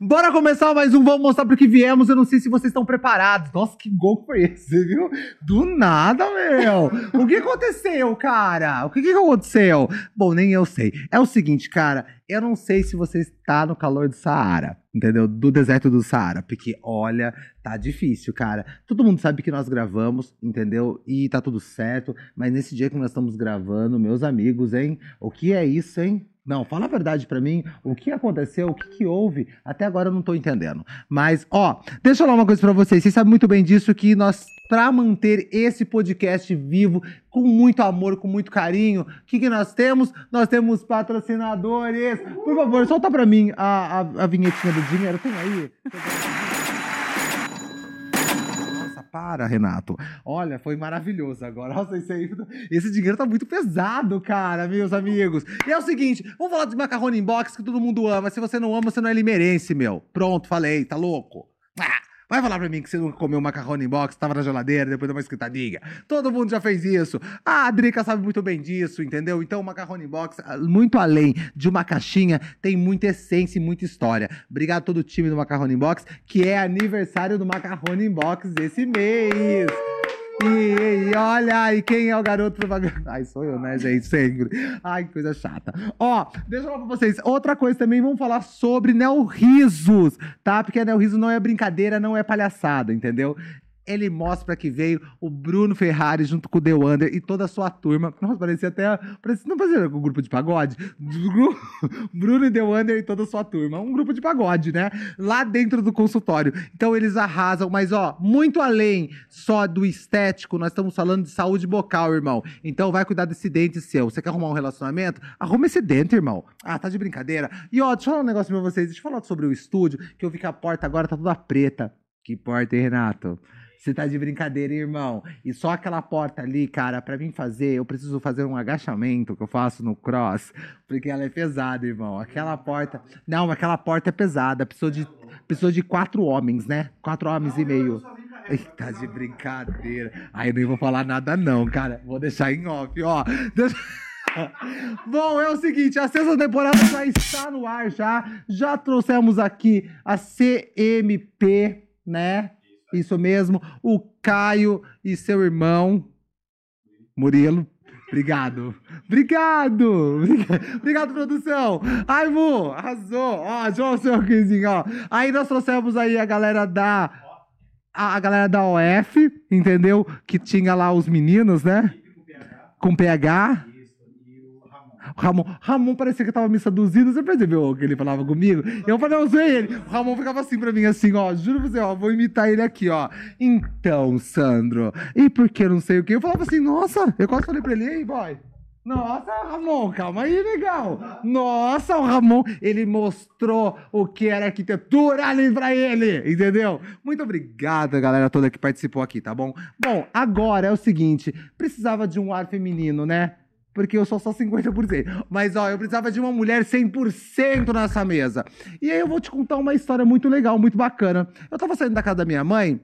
Bora começar mais um Vamos Mostrar Pro Que Viemos. Eu não sei se vocês estão preparados. Nossa, que gol foi esse, viu? Do nada, meu. O que aconteceu, cara? O que, que aconteceu? Bom, nem eu sei. É o seguinte, cara. Eu não sei se você está no calor do Saara, entendeu? Do deserto do Saara. Porque, olha, tá difícil, cara. Todo mundo sabe que nós gravamos, entendeu? E tá tudo certo. Mas nesse dia que nós estamos gravando, meus amigos, hein? O que é isso, hein? Não, fala a verdade pra mim. O que aconteceu? O que, que houve? Até agora eu não tô entendendo. Mas, ó, deixa eu falar uma coisa pra vocês. Vocês sabem muito bem disso que nós, pra manter esse podcast vivo, com muito amor, com muito carinho, o que, que nós temos? Nós temos patrocinadores. Por favor, solta pra mim a, a, a vinhetinha do dinheiro. Tem aí? Nossa, Para, Renato. Olha, foi maravilhoso agora. Nossa, esse, aí, esse dinheiro tá muito pesado, cara, meus amigos. E é o seguinte, vamos falar dos macarrone inbox que todo mundo ama. Se você não ama, você não é limeirense, meu. Pronto, falei, tá louco? Ah, vai falar pra mim que você nunca comeu macarrone inbox, tava na geladeira, depois deu uma esquentadinha. Todo mundo já fez isso. Ah, a Drica sabe muito bem disso, entendeu? Então, o macarrone inbox, ah, muito além de uma caixinha, tem muita essência e muita história. Obrigado a todo o time do macarrone inbox, que é aniversário do macarrone inbox esse mês. E, e olha, e quem é o garoto propaganda? Ai, sou eu, né, gente? Sempre. Ai, que coisa chata. Ó, deixa eu falar pra vocês. Outra coisa também, vamos falar sobre Risos, tá? Porque Riso não é brincadeira, não é palhaçada, entendeu? Ele mostra pra que veio o Bruno Ferrari junto com o The Wander e toda a sua turma. Nossa, parecia até. Parecia, não parecia um grupo de pagode? Gru- Bruno e The Wander e toda a sua turma. Um grupo de pagode, né? Lá dentro do consultório. Então eles arrasam, mas ó, muito além só do estético, nós estamos falando de saúde bucal, irmão. Então vai cuidar desse dente seu. Você quer arrumar um relacionamento? Arruma esse dente, irmão. Ah, tá de brincadeira. E ó, deixa eu falar um negócio pra vocês. Deixa eu falar sobre o estúdio, que eu vi que a porta agora tá toda preta. Que porta, hein, Renato? Você tá de brincadeira, hein, irmão. E só aquela porta ali, cara, pra mim fazer, eu preciso fazer um agachamento que eu faço no cross, porque ela é pesada, irmão. Aquela porta. Não, aquela porta é pesada. Precisou de, precisou de quatro homens, né? Quatro homens e meio. Ih, Tá de brincadeira. Aí eu nem vou falar nada, não, cara. Vou deixar em off, ó. Deixa- Bom, é o seguinte, a sexta temporada já está no ar já. Já trouxemos aqui a CMP, né? Isso mesmo. O Caio e seu irmão Murilo. Obrigado. Obrigado. Obrigado, produção. Ai, Mu, arrasou. Ó, João, seu um Quizinho, ó. Aí nós trouxemos aí a galera da... A, a galera da OF, entendeu? Que tinha lá os meninos, né? Com PH. O Ramon, Ramon parecia que tava me seduzindo. Você percebeu que ele falava comigo? Eu falei, eu usei ele. O Ramon ficava assim pra mim, assim, ó. Juro pra você, ó. Vou imitar ele aqui, ó. Então, Sandro, e por que não sei o quê? Eu falava assim, nossa. Eu quase falei pra ele, ei, boy. Nossa, Ramon, calma aí, legal. Nossa, o Ramon, ele mostrou o que era arquitetura ali pra ele, entendeu? Muito obrigado, galera toda que participou aqui, tá bom? Bom, agora é o seguinte, precisava de um ar feminino, né? Porque eu sou só 50%. Mas, ó, eu precisava de uma mulher 100% nessa mesa. E aí eu vou te contar uma história muito legal, muito bacana. Eu tava saindo da casa da minha mãe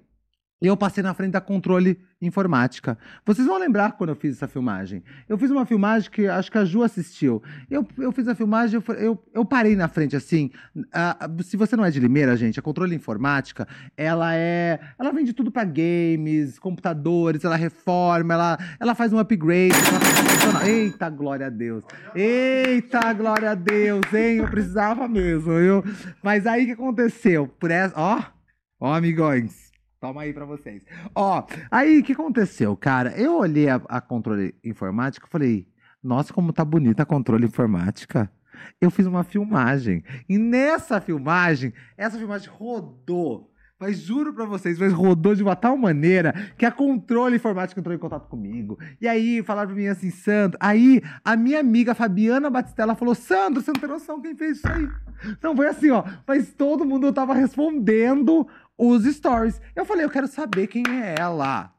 e eu passei na frente da controle informática. Vocês vão lembrar quando eu fiz essa filmagem. Eu fiz uma filmagem que acho que a Ju assistiu. Eu, eu fiz a filmagem, eu, fa- eu, eu parei na frente assim. ah, ah, se você não é de Limeira, gente, a controle informática, ela é. Ela vende tudo pra games, computadores, ela reforma, ela, ela faz um upgrade. Ela faz um funcional. Eita, glória a Deus! Eita, glória a Deus, hein? Eu precisava mesmo, viu? Mas aí o que aconteceu? Por essa. Ó, ó, amigões. Toma aí pra vocês. Ó, aí o que aconteceu, cara? Eu olhei a, a controle informática e falei, nossa, como tá bonita a controle informática. Eu fiz uma filmagem. E nessa filmagem, essa filmagem rodou. Mas juro pra vocês, mas rodou de uma tal maneira que a controle informática entrou em contato comigo. E aí falaram pra mim assim, Sandro. Aí a minha amiga Fabiana Batistella falou: Sandro, você não tem noção quem fez isso aí. Não, foi assim, ó. Mas todo mundo tava respondendo os stories. Eu falei, eu quero saber quem é ela.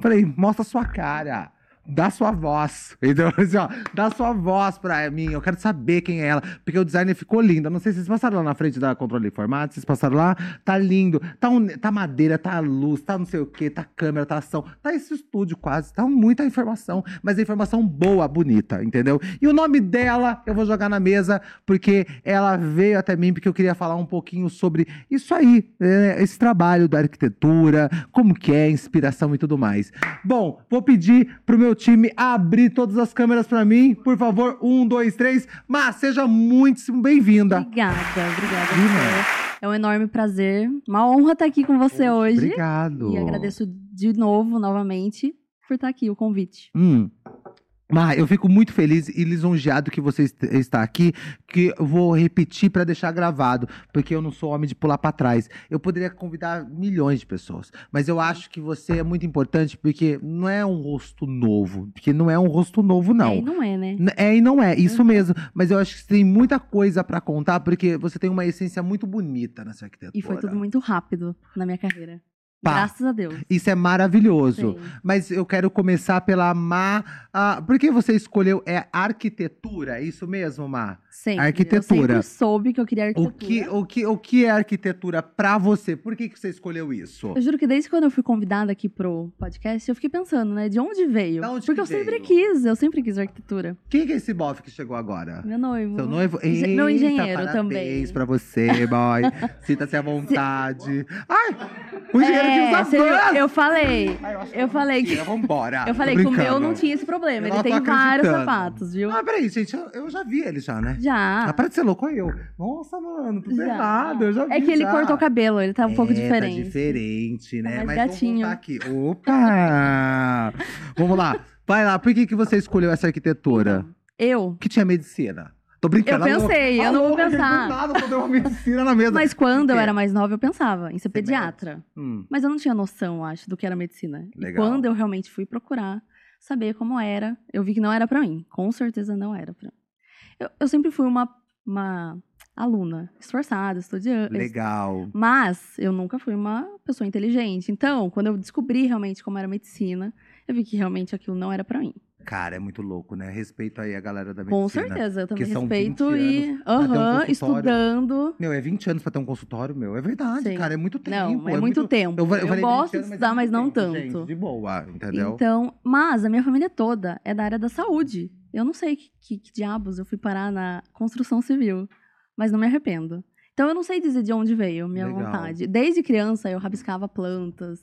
Falei, mostra sua cara. dá sua voz. Então, assim, ó, dá sua voz pra mim. Eu quero saber quem é ela. Porque o design ficou lindo. Eu não sei se vocês passaram lá na frente da controle formato, vocês passaram lá. Tá lindo. Tá, um- tá madeira, tá luz, tá não sei o quê, tá câmera, tá ação. Tá esse estúdio quase. Tá muita informação. Mas é informação boa, bonita, entendeu? E o nome dela eu vou jogar na mesa, porque ela veio até mim, porque eu queria falar um pouquinho sobre isso aí, né, esse trabalho da arquitetura, como que é, inspiração e tudo mais. Bom, vou pedir pro meu time abrir todas as câmeras pra mim, por favor, um, dois, três. Mas seja muitíssimo bem-vinda. Obrigada, obrigada. Imagina. Rafael. É um enorme prazer, uma honra estar aqui com você hoje. Obrigado. E agradeço de novo, novamente, por estar aqui, o convite. Hum. Mar, eu fico muito feliz e lisonjeado que você est- está aqui, que eu vou repetir para deixar gravado, porque eu não sou homem de pular para trás. Eu poderia convidar milhões de pessoas, mas eu acho que você é muito importante porque não é um rosto novo, porque não é um rosto novo não. É, e não Uhum. é, né? N- É e não é, isso mesmo. Mas eu acho que você tem muita coisa para contar, porque você tem uma essência muito bonita nessa arquitetura. E foi tudo muito rápido na minha carreira. Pá. Graças a Deus. Isso é maravilhoso. Sim. Mas eu quero começar pela Má. Ah, por que você escolheu é arquitetura? É isso mesmo, Má? Sempre. Arquitetura. Eu sempre soube que eu queria O arquitetura. que, o, que, o que é arquitetura pra você? Por que, que você escolheu isso? Eu juro que desde quando eu fui convidada aqui pro podcast, eu fiquei pensando, né? De onde veio? Da onde Porque que eu sempre veio? quis, eu sempre quis arquitetura. Quem que é esse bofe que chegou agora? Meu noivo. Seu noivo? Hum, Engen- meu Eita, engenheiro parabéns também. pra você, boy. Sinta-se à vontade. Ai! O engenheiro é, que usa você viu? dois! Eu falei. Ai, acho que Eu é uma falei que- mentira, Vambora. Eu falei Ah, Tô que o meu brincando. não tinha esse problema. Eu não Ele tô tem vários acreditando. sapatos, viu? Ah, peraí, gente, eu, eu já vi ele já, né? Ah, Já. para de ser louco, eu. Nossa, mano, tudo já. errado, eu já vi É que ele já. cortou o cabelo, ele tá um pouco É, diferente. Tá diferente, né? Tá mais Mas gatinho. vamos voltar aqui. Opa! vamos lá. Vai lá, por que, que você escolheu essa arquitetura? Eu? Que tinha medicina. Tô brincando. Então. Eu pensei, a eu não vou louca que pensar. Do nada, botou uma medicina na mesa. Mas quando Por eu quê? era mais nova, eu pensava em ser médico. pediatra. Hum, Mas eu não tinha noção, eu acho, do que era medicina. E Legal. quando eu realmente fui procurar saber como era, eu vi que não era pra mim. Com certeza não era pra mim. Eu, eu sempre fui uma, uma aluna esforçada, estudiante, legal. Mas eu nunca fui uma pessoa inteligente. Então, quando eu descobri realmente como era a medicina, eu vi que realmente aquilo não era pra mim. Cara, é muito louco, né? Respeito aí a galera da medicina. Com certeza, eu também que são respeito 20 e pra ter um aham, consultório. estudando. Meu, é 20 anos pra ter um consultório, meu. É verdade, Sim. cara. É muito tempo. não, é, muito tempo. Eu, va- falei 20 gosto de anos, é estudar, mas muito não tempo, tanto. gente, de boa, entendeu? Então, mas a minha família toda é da área da saúde. Eu não sei que, que- que diabos eu fui parar na construção civil, mas não me arrependo. Então eu não sei dizer de onde veio a minha Legal. vontade. Desde criança eu rabiscava plantas.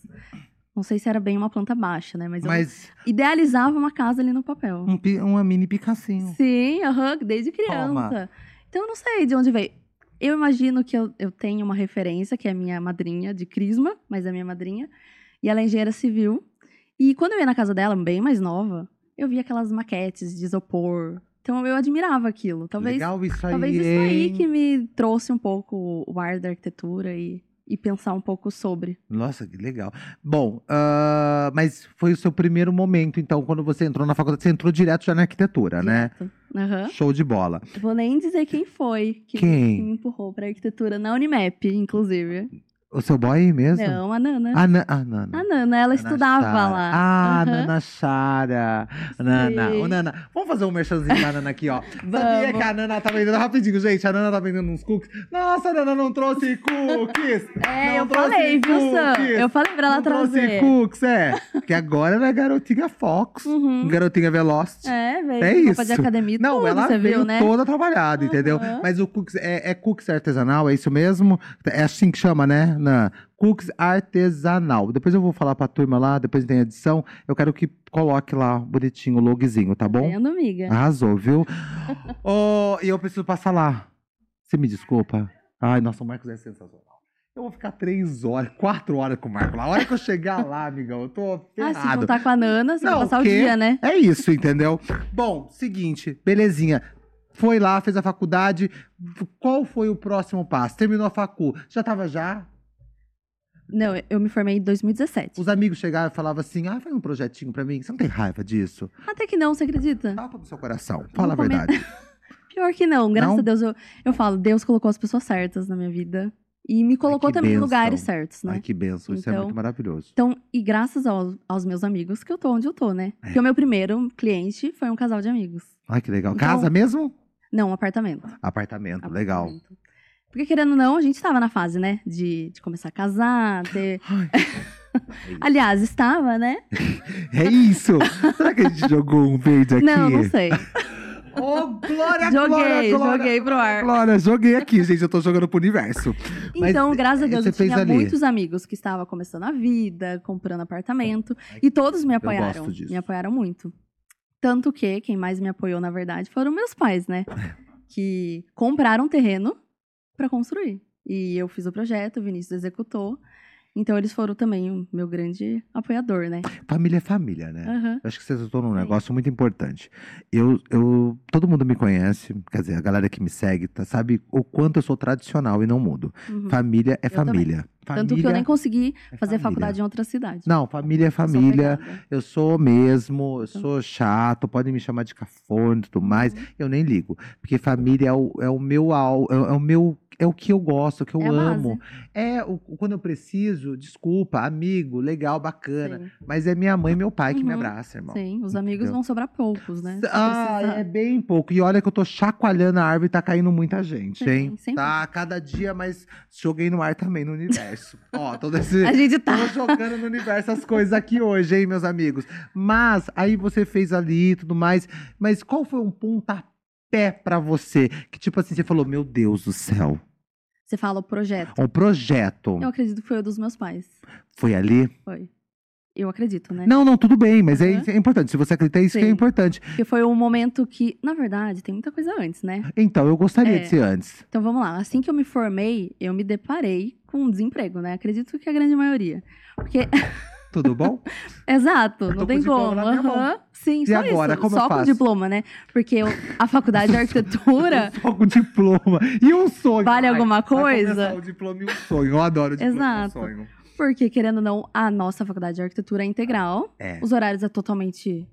Não sei se era bem uma planta baixa, né? Mas, eu Mas idealizava uma casa ali no papel. um pi- uma mini picacinho. Sim, aham, desde criança. Toma. Então eu não sei de onde veio. Eu imagino que eu, eu tenho uma referência, que é a minha madrinha de Crisma, mas é minha madrinha. E ela é engenheira civil. E quando eu ia na casa dela, bem mais nova, eu via aquelas maquetes de isopor. Então eu admirava aquilo. Talvez, Legal isso aí. talvez isso aí hein? que me trouxe um pouco o ar da arquitetura e, e pensar um pouco sobre. Nossa, que legal. Bom, ah, mas foi o seu primeiro momento, então, quando você entrou na faculdade, você entrou direto já na arquitetura, né? direto. Aham. Show de bola. Vou nem dizer quem foi que, Quem? que me empurrou pra arquitetura na Unimap, inclusive. O seu boy mesmo? Não, a Nana. A, na, a Nana. A Nana, ela Ana estudava Chara. lá. Ah, Aham. Nana Chara. Nana. Ô, Sim. Nana, vamos fazer um merchanzinho da Nana aqui, ó. Sabia Vamos. que a Nana tá vendendo rapidinho, gente. A Nana tá vendendo uns cookies. Nossa, a Nana não trouxe cookies. É, Não eu trouxe falei, viu, Sam? cookies. Eu falei pra ela não trouxe trazer. cookies, é. Porque agora ela é garotinha Fox. Uhum. Garotinha Velocity. É, veio É com roupa de isso. academia, Não, tudo, ela você veio viu, né? Uhum. toda trabalhada, Aham. entendeu? Mas o cookies é, é cookies artesanal, é isso mesmo? É assim que chama, né? Na cookies artesanal. Depois eu vou falar pra turma lá, depois tem edição. Eu quero que coloque lá bonitinho o logozinho, tá bom? Vendo, amiga? Arrasou, viu? oh, e eu preciso passar lá. Você me desculpa? Ai, nossa, o Marcos é sensacional. Eu vou ficar três horas, quatro horas com o Marcos lá. A hora que eu chegar lá, amigão, eu tô Ah, se ferrado. juntar com a Nana, você Não, vai passar o quê? dia, né? É isso, entendeu? Bom, seguinte, belezinha. Foi lá, fez a faculdade. Qual foi o próximo passo? Terminou a facu. Já tava já? Não, eu me formei em 2017. Os amigos chegavam e falavam assim: ah, faz um projetinho pra mim. Você não tem raiva disso? Até que não, você acredita? Tapa no seu coração. Fala a Vamos comer- verdade. Pior que não, graças Não? a Deus. Eu, eu falo, Deus colocou as pessoas certas na minha vida. E me colocou que também em bênção. lugares certos, né? Ai, que benção. Isso é Então- muito maravilhoso. Então, e graças ao- aos meus amigos que eu tô onde eu tô, né? É. Porque o meu primeiro cliente foi um casal de amigos. Ai, que legal. Então- Casa mesmo? Não, um apartamento. Apartamento, Ah, legal. Apartamento. Porque querendo ou não, a gente tava na fase, né? De, de começar a casar, ter... Ai. Aliás, estava, né? É isso! Será que a gente jogou um verde aqui? Não, não sei. Ô, Glória, Glória, Joguei, Glória! joguei pro ar. Glória, joguei aqui, gente. Eu tô jogando pro universo. Mas, Então, graças a eh, Deus, você eu tinha fez ali. muitos amigos que estavam começando a vida, comprando apartamento. E todos me apoiaram. gosto disso. Me apoiaram muito. Tanto que quem mais me apoiou, na verdade, foram meus pais, né? Que compraram terreno pra construir. E eu fiz o projeto, o Vinícius executou. Então eles foram também o meu grande apoiador, né? Família é família, né? Aham. Eu acho que você citou num Sim. negócio muito importante. Eu, eu, todo mundo me conhece, quer dizer, a galera que me segue tá- sabe o quanto eu sou tradicional e não mudo. uhum. Família é Eu também. família. Tanto que eu nem Família consegui é fazer família. faculdade em outra cidade. Não, família é Eu sou família. pegada. Eu sou mesmo, eu Então. sou chato, podem me chamar de cafone e tudo mais. Uhum. Eu nem ligo. Porque família é o, é o meu al- é, é o meu. É o que eu gosto, é o que eu É a base. amo. É o, quando eu preciso, desculpa, amigo, legal, bacana. Sim, Mas é minha mãe e meu pai que me Uhum. abraça, irmão. sim, os amigos Entendeu? vão sobrar poucos, né? Se Ah, precisar. é bem pouco. E olha que eu tô chacoalhando a árvore e tá caindo muita gente, Sim, hein? sempre. Tá, cada dia, mas joguei no ar também, no universo. Ó, todo esse. A gente tá. Tô jogando no universo as coisas aqui hoje, hein, meus amigos? Mas aí você fez ali e tudo mais. Mas qual foi um pontapé pra você? Que tipo assim, você falou, meu Deus do céu. Você fala o projeto. Um projeto Eu acredito que foi o dos meus pais. foi ali? Foi. Eu acredito, né? Não, não, tudo bem, mas é, Aham. é importante. Se você acredita, é isso que é Sim. importante. Porque foi um momento que, na verdade, tem muita coisa antes, né? Então, eu gostaria É. de ser antes. Então vamos lá. Assim que eu me formei, eu me deparei com um desemprego, né? Acredito que a grande maioria. Porque, Tudo bom? exato, Eu tô não com tem o diploma como. na minha mão. Aham. Sim, E só agora, isso. como eu só com faço? diploma, né? Porque eu- a faculdade de arquitetura Só com diploma e um sonho. vale Ai, alguma vai começar coisa. O diploma e um sonho. Eu adoro o diploma Exato. e um sonho. Porque, querendo ou não, a nossa faculdade de arquitetura é integral. É. Os horários é totalmente.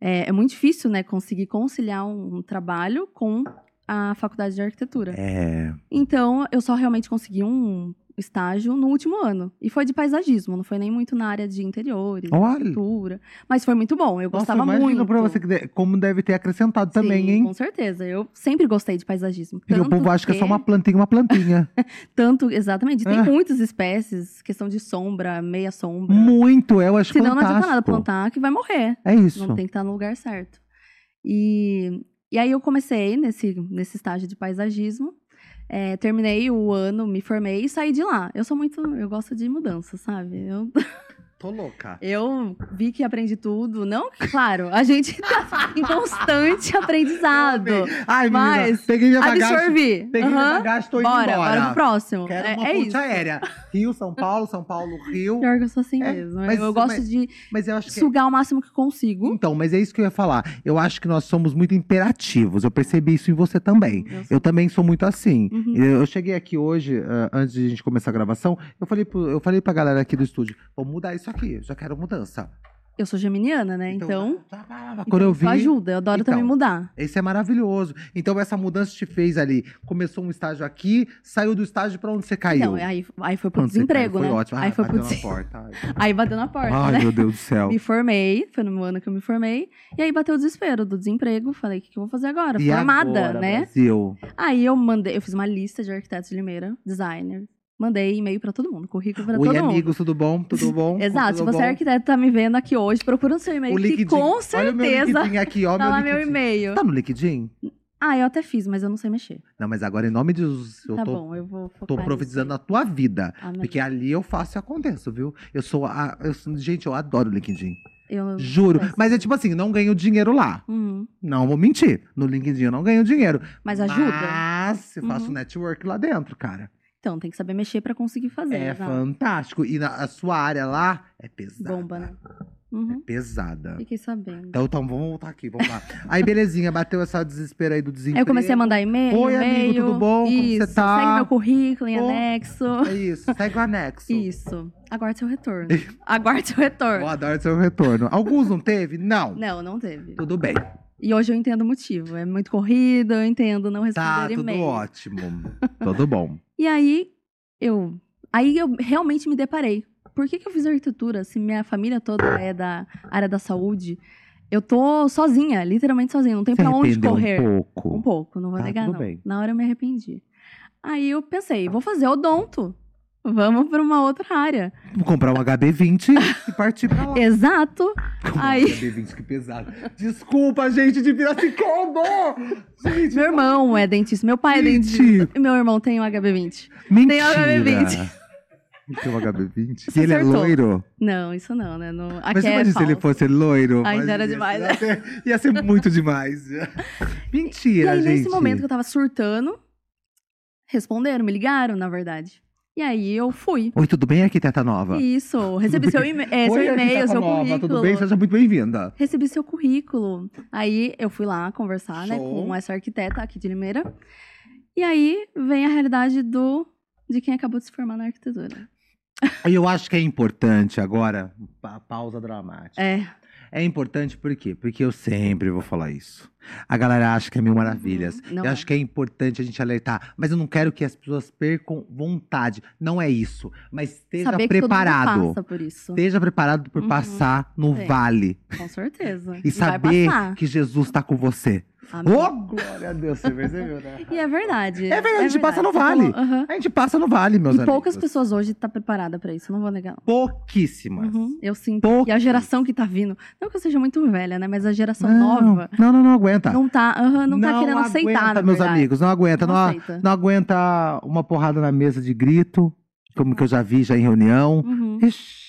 É, é muito difícil, né? Conseguir conciliar um, trabalho com a faculdade de arquitetura. É. Então, eu só realmente consegui um estágio no último ano. E foi de paisagismo, não foi nem muito na área de interiores, Olha. arquitetura. Mas foi muito bom, eu Nossa, gostava imagina muito. pra você que de- como deve ter acrescentado também, Sim, hein? Com certeza. Eu sempre gostei de paisagismo. Porque o Tanto povo acha que é só uma plantinha, uma plantinha. Tanto, exatamente. Tem É. muitas espécies, questão de sombra, meia sombra. Muito, é, eu acho É. Senão não fantástico. adianta nada plantar que vai morrer. É isso. Não tem que estar no lugar certo. E, e aí eu comecei nesse, nesse estágio de paisagismo. É, terminei o ano, me formei e saí de lá. Eu sou muito. Eu gosto de mudança, sabe? Eu, Tô louca. eu vi que aprendi tudo. Não, que, claro, a gente tá em constante aprendizado. Ai, menina, Mas, peguei minha bagagem. Absorvi. Peguei minha Aham. bagagem, tô indo Bora, embora. bora pro próximo. Quero é uma é ponte isso. aérea. Rio, São Paulo, São Paulo, Rio. Pior que eu sou assim É, mesmo. mas- eu gosto mas- de Mas eu acho que sugar o máximo que consigo. Então, mas é isso que eu ia falar. Eu acho que nós somos muito imperativos. Eu percebi isso em você também. Eu sou- Eu também sou muito assim. Uhum. Eu eu cheguei aqui hoje, ah, antes de a gente começar a gravação, eu falei, pro, eu falei pra galera aqui do estúdio: vou mudar isso aqui, eu já quero mudança. Eu sou geminiana, né? Então. já- já- já- já- quando eu vi. Só ajuda, eu adoro Então. também mudar. Isso é maravilhoso. Então, essa mudança te fez ali. Começou um estágio aqui, saiu do estágio pra onde você caiu. Então, aí, aí foi pro Quando você desemprego, caiu, né? Foi ótimo. Aí Ah, foi pro bateu na desemprego. porta. Ai, Aí bateu na porta, Ai, né? meu Deus do céu. Me formei, foi no ano que eu me formei. E aí bateu o desespero do desemprego. Falei, o que, que eu vou fazer agora? E Formada, agora, né? Brasil? Aí eu mandei, eu fiz uma lista de arquitetos de Limeira, designer. Mandei e-mail pra todo mundo, currículo pra todo Oi, mundo. amigos, tudo bom? Tudo bom? Exato, se Tudo você é bom? arquiteto e tá me vendo aqui hoje, procura no seu e-mail, O que LinkedIn. com Olha o meu certeza LinkedIn aqui, ó. tá lá meu meu LinkedIn. e-mail. Tá no LinkedIn? Ah, eu até fiz, mas eu não sei mexer. Não, mas agora em nome de Jesus, eu tá tô, bom, eu vou focar tô nisso. Ah, profetizando na tua vida. Amém. Porque ali eu faço e aconteço, viu? Eu sou a. eu sou- gente, eu adoro o LinkedIn. Eu... Juro. Mas- Mas é tipo assim, não ganho dinheiro lá. Uhum. Não vou mentir. No LinkedIn eu não ganho dinheiro. Mas ajuda? Mas eu faço Uhum. network lá dentro, cara. Então, tem que saber mexer pra conseguir fazer. É exato. fantástico. E na, a sua área lá é pesada. Bomba, né? É Uhum. pesada. Fiquei sabendo. Então, então, vamos voltar aqui, vamos lá. Aí, belezinha, bateu essa desespero aí do Aí desemprego. eu comecei a mandar e-mail. Oi, amigo, e-mail. tudo bom? Como Isso. você tá? Segue meu currículo em Bom. anexo. É isso, segue o anexo. Isso. Aguarde seu retorno. Aguarde seu retorno. Eu adoro seu retorno. Alguns não teve? Não. Não, não teve. Tudo bem. E hoje eu entendo o motivo. É muito corrida, eu entendo não responder Tá, tudo e-mail. ótimo. tudo bom. E aí, eu. Aí eu realmente me deparei. Por que, que eu fiz arquitetura se minha família toda é da área da saúde? Eu tô sozinha, literalmente sozinha, não tem pra onde arrependeu correr. um pouco. Um pouco, não vou Tá, negar, tudo não. bem. Tá. Na hora eu me arrependi. Aí eu pensei, vou fazer odonto. Vamos pra uma outra área. Vou comprar um HB20 e partir pra lá. Exato. Comprar um É, Aí- HB20, que pesado. Desculpa, gente, de Piracicaba! Gente, Meu irmão é dentista, meu pai é dentista. gente, E meu irmão tem um HB20. mentira. HB20. Tem um HB20? Você Se ele é acertou. loiro? Não, isso não, né? Não, aqui Mas é imagina se falso. ele fosse loiro. Ai, já era Imagina, demais, ia ser- Ia ser muito demais. E Mentira, aí, gente. nesse momento que eu tava surtando, responderam, me ligaram, na verdade. E aí eu fui. Oi, tudo bem, arquiteta nova? Isso, recebi seu, e- é, seu Oi, e-mail, arquiteta seu nova, currículo. tudo bem? Seja muito bem-vinda. Recebi seu currículo. Aí eu fui lá conversar, né, Show. com essa arquiteta aqui de Limeira. E aí vem a realidade do de quem acabou de se formar na arquitetura. E eu acho que é importante agora, pa- pausa dramática. É, É importante por quê? Porque eu sempre vou falar isso. A galera acha que é mil maravilhas. Uhum, não eu é. acho que é importante a gente alertar. Mas eu não quero que as pessoas percam vontade. Não é isso. Mas esteja saber que todo mundo preparado. passa por isso. Esteja preparado por Uhum, passar no sim. vale. Com certeza. E saber vai passar. que Jesus tá com você. Amém. Oh, glória a Deus, você percebeu, né? E é verdade. É verdade, a gente passa no Você vale. falou, aham. A gente passa no vale, meus E amigos. poucas pessoas hoje estão tá preparadas pra isso, não vou negar. não. Pouquíssimas. Uhum, eu sinto. Poucas. E a geração que tá vindo. Não que eu seja muito velha, né? Mas a geração não, nova Não, não, não aguenta. não tá, aham, não tá querendo aguenta, aceitar, na meus verdade. amigos, Tá não aguenta. Não, Não a- aceita. não aguenta uma porrada na mesa de grito, como que eu já vi já em reunião. Uhum. Ixi,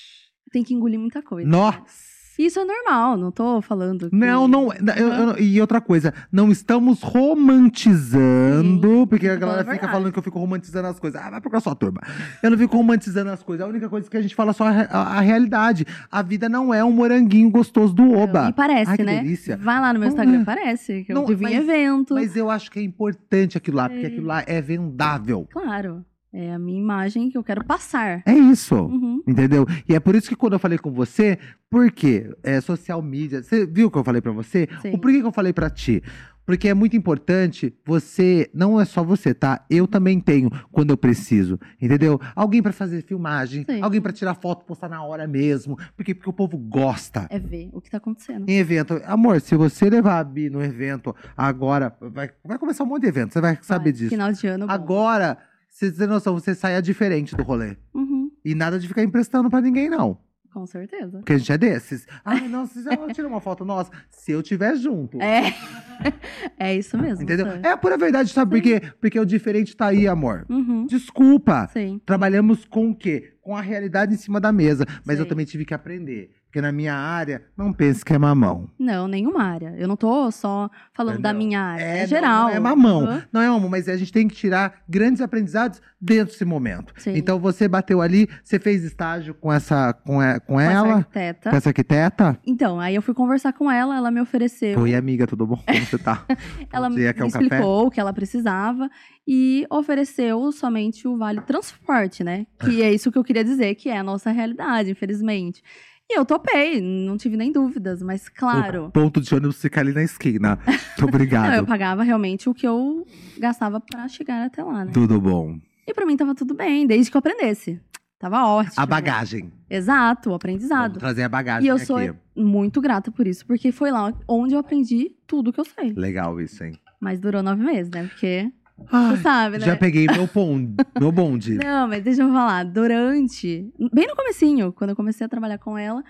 Tem que engolir muita coisa. Nossa! Isso é normal, não tô falando. que- Não, não. eu- eu- e outra coisa, não estamos romantizando, Sim, porque a tô falando galera a fica verdade. falando que eu fico romantizando as coisas. Ah, vai procurar sua turma. Eu não fico romantizando as coisas. A única coisa que a gente fala é só a, re- a- a realidade. A vida não é um moranguinho gostoso do Oba. E parece, Ai, que né? delícia. Vai lá no meu Não Instagram, é. parece. Que eu Não, vivi em mas- evento. Mas eu acho que é importante aquilo lá, porque É. aquilo lá é vendável. Claro. É a minha imagem que eu quero passar. É isso. Uhum. Entendeu? E é por isso que quando eu falei com você, por quê? É social media. Você viu o que eu falei pra você? Sim. O por que que eu falei pra ti? Porque é muito importante você, não é só você, tá? Eu também tenho quando eu preciso, entendeu? Alguém pra fazer filmagem, Sim. alguém pra tirar foto, postar na hora mesmo. Por quê? Porque o povo gosta. É ver o que tá acontecendo. Em evento, amor, se você levar a Bi no evento agora, vai, vai começar um monte de evento, você vai saber Vai, disso. Final de ano. bom. Agora, você tem noção, você saia diferente do rolê. Uhum, E nada de ficar emprestando pra ninguém, não. Com certeza. Porque a gente é desses. Ai, não, se ela tira uma foto nossa, se eu tiver junto. É. é isso mesmo. entendeu? sabe? É a pura verdade, sabe por quê? Porque o diferente tá aí, amor. Uhum. Desculpa. Sim. Trabalhamos com o quê? Com a realidade em cima da mesa. Mas eu Sei. também tive que aprender. Porque na minha área, não pense que é mamão. Não, nenhuma área. Eu não tô só falando da Entendeu? minha área. É, não, geral. Uhum. Não é mamão. Aham, Não é mamão, mas a gente tem que tirar grandes aprendizados dentro desse momento. Sim. Então você bateu ali, você fez estágio com essa, com, e- com com essa ela, arquiteta. com essa arquiteta. Então, aí eu fui conversar com ela, ela me ofereceu. Oi, amiga, tudo bom? Como você tá? Ela Bom me dia, quer um café? explicou o que ela precisava e ofereceu somente o vale transporte, né? Que Ah. é isso que eu queria dizer, que é a nossa realidade, infelizmente. E eu topei, não tive nem dúvidas, mas O claro. ponto de ônibus fica ali na esquina. Muito Não, eu obrigado. pagava realmente o que eu gastava pra chegar até lá, né? Tudo bom. E pra mim tava tudo bem, desde que eu aprendesse. Tava ótimo. A bagagem. Exato, o Vamos aprendizado. trazer a bagagem E eu sou aqui. muito grata por isso, porque foi lá onde eu aprendi tudo que eu sei. Legal isso, hein? Mas durou nove meses, né? Porque, Ai, você sabe, né? já peguei meu, pon... meu bonde. Não, mas deixa eu falar. Durante, bem no comecinho, quando eu comecei a trabalhar com ela,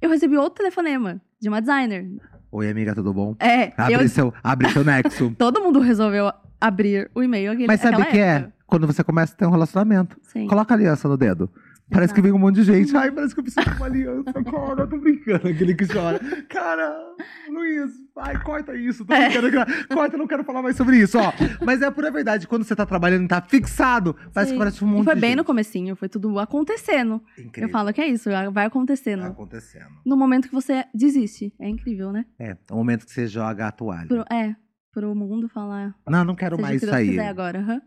eu recebi outro telefonema de uma designer. Oi, amiga, tudo bom? É, Abre, eu- seu, abre seu nexo. todo mundo resolveu abrir o e-mail. Aquele, Mas sabe o que é? Quando você começa a ter um relacionamento. Sim. Coloca a aliança no dedo. Parece que vem um monte de gente. Ai, parece que eu preciso de uma aliança. Cara, eu tô brincando. Aquele que chora. Cara, Luiz, ai, corta isso. Tô brincando. É. cara. Corta, eu não quero falar mais sobre isso, ó. Mas é a pura verdade. Quando você tá trabalhando e tá fixado, parece Sim. que parece um E monte foi de bem gente. no comecinho, foi tudo acontecendo. Incrível. Eu falo né? que é isso, vai acontecendo. Tá acontecendo. No momento que você desiste. É incrível, né? É, é o momento que você joga a toalha. Pro, é, pro mundo falar. Não, não quero Seja o mais isso que Deus aí. quiser agora. aham.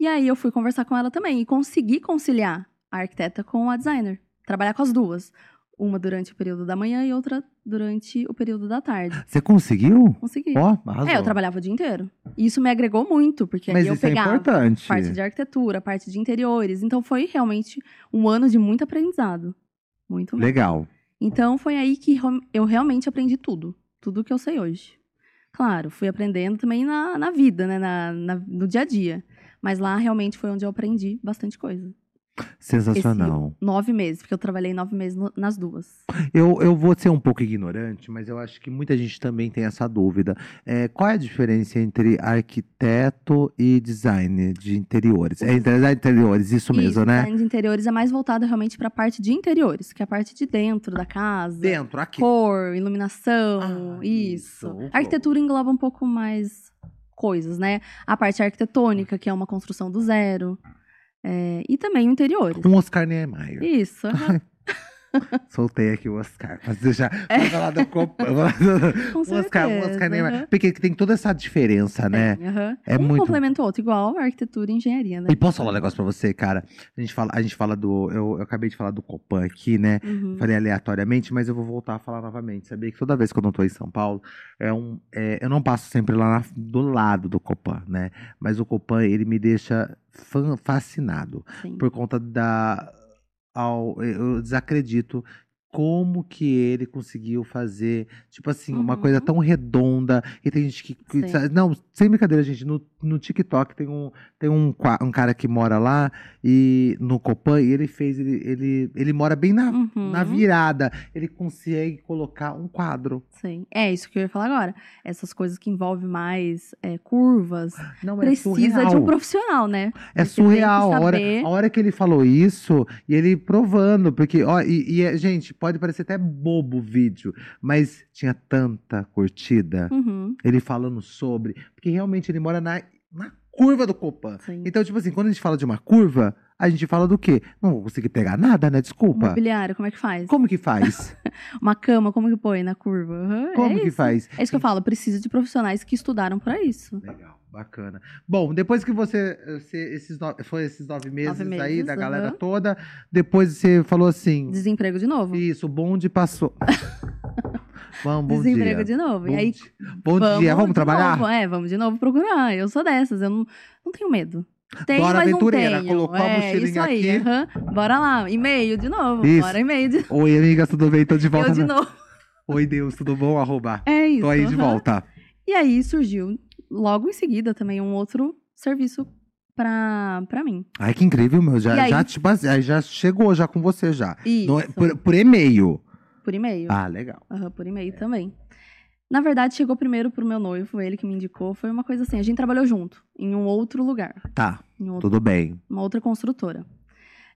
E aí eu fui conversar com ela também e consegui conciliar a arquiteta com a designer. Trabalhar com as duas. Uma durante o período da manhã e outra durante o período da tarde. Você conseguiu? Consegui. Ó, arrasou. É, eu trabalhava o dia inteiro. E isso me agregou muito, porque Mas aí eu isso é pegava importante. parte de arquitetura, parte de interiores. Então foi realmente um ano de muito aprendizado. Muito mesmo. Legal. Então foi aí que ro- eu realmente aprendi tudo. Tudo que eu sei hoje. Claro, fui aprendendo também na, na vida, né? Na, na- no dia a dia. Mas lá realmente foi onde eu aprendi bastante coisa. Sensacional. Nove meses, porque eu trabalhei nove meses no- nas duas. Eu, eu vou ser um pouco ignorante, mas eu acho que muita gente também tem essa dúvida. É, qual é a diferença entre arquiteto e design de interiores? É design de interiores, isso mesmo, né? design de interiores é mais voltado realmente para a parte de interiores, que é a parte de dentro da casa. Dentro, aqui. Cor, Ah, iluminação, isso, isso. o A arquitetura engloba um pouco mais coisas, né? A parte arquitetônica, que é uma construção do zero. é, e também o interiores. Um Oscar Niemeyer. Isso. aham, Soltei aqui o Oscar. Mas eu já. Vamos falar do Copan. vamos- É. com O Oscar, o certeza, Oscar Niemeyer. aham. Porque tem toda essa diferença, né? Tem, aham. É um muito- complementa o outro, igual a arquitetura e engenharia, né? E posso falar um negócio pra você, cara? A gente fala, a gente fala do. Eu, eu acabei de falar do Copan aqui, né? Uhum. Falei aleatoriamente, mas eu vou voltar a falar novamente. Sabia que toda vez que eu não tô em São Paulo, é um, é, eu não passo sempre lá na- do lado do Copan, né? Mas o Copan, ele me deixa fan- fascinado Sim. por conta da. ao- eu desacredito como que ele conseguiu fazer, tipo assim, uma Uhum. coisa tão redonda. E tem gente que. que Sim. sabe- não, sem brincadeira, gente. No, no TikTok tem, um, tem um, qua- um cara que mora lá e no Copan e ele fez. Ele, ele, ele mora bem na, Uhum. na virada. Ele consegue colocar um quadro. Sim. É isso que eu ia falar agora. Essas coisas que envolvem mais é, curvas. Não, é Precisa surreal. de um profissional, né? É Você tem que surreal a hora, saber. a hora que ele falou isso e ele provando, porque, ó, e, e é- gente, pode parecer até bobo o vídeo, mas tinha tanta curtida, Uhum. ele falando sobre, porque realmente ele mora na, na curva do Copan. Sim. Então, tipo assim, quando a gente fala de uma curva, a gente fala do quê? Não vou conseguir pegar nada, né? Um Desculpa. mobiliário, como é que faz? Como que faz? Uma cama, como que põe na curva? Aham, Como é que isso. faz? É isso que eu falo, precisa de profissionais que estudaram pra isso. Legal, bacana. Bom, depois que você. eh, você- esses nove, foi esses nove meses, aí meses, da galera aham. toda, depois você falou assim. Desemprego de novo. Isso, o bonde passou. vamos, bom Desemprego dia. de novo. Bom e aí, di- bom dia, vamos de trabalhar? novo, É, vamos de novo procurar. Eu sou dessas, eu não, não tenho medo. Tenho, Dora mas aventureira, não tenho. colocou a é, mochilinha isso aí, aqui. aham. Bora lá, e-mail de novo. Isso. Bora e-mail de, Oi, amigas, tudo bem? Tô de volta. ah. eu de na- novo. Oi, Deus, tudo bom? Arroba. É isso. Tô aí de aham. volta. E aí surgiu, logo em seguida, também um outro serviço pra, pra mim. Ai, que incrível, meu. Já, E aí? já, tipo, assim, aí já chegou já com você já. Isso, Não é- por, por e-mail. por e-mail. Ah, legal. Aham, por e-mail também. Na verdade, chegou primeiro pro meu noivo, ele que me indicou. Foi uma coisa assim, a gente trabalhou junto, em um outro lugar, Tá, em outro- tudo bem. uma outra construtora.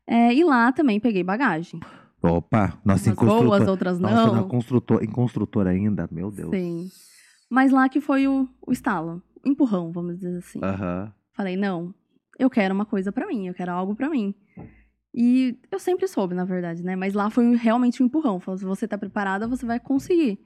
É, e lá também peguei bagagem. Opa, nossa, em Umas boas, construtor. outras Nossa, não. na construtor, em construtor ainda, meu Deus. Sim. Mas lá que foi o, o estalo, o empurrão, vamos dizer assim. Ah. Aham. Falei, não, eu quero uma coisa pra mim, eu quero algo pra mim. E eu sempre soube, na verdade, né? Mas lá foi realmente um empurrão. Falou, se você tá preparada, você vai conseguir.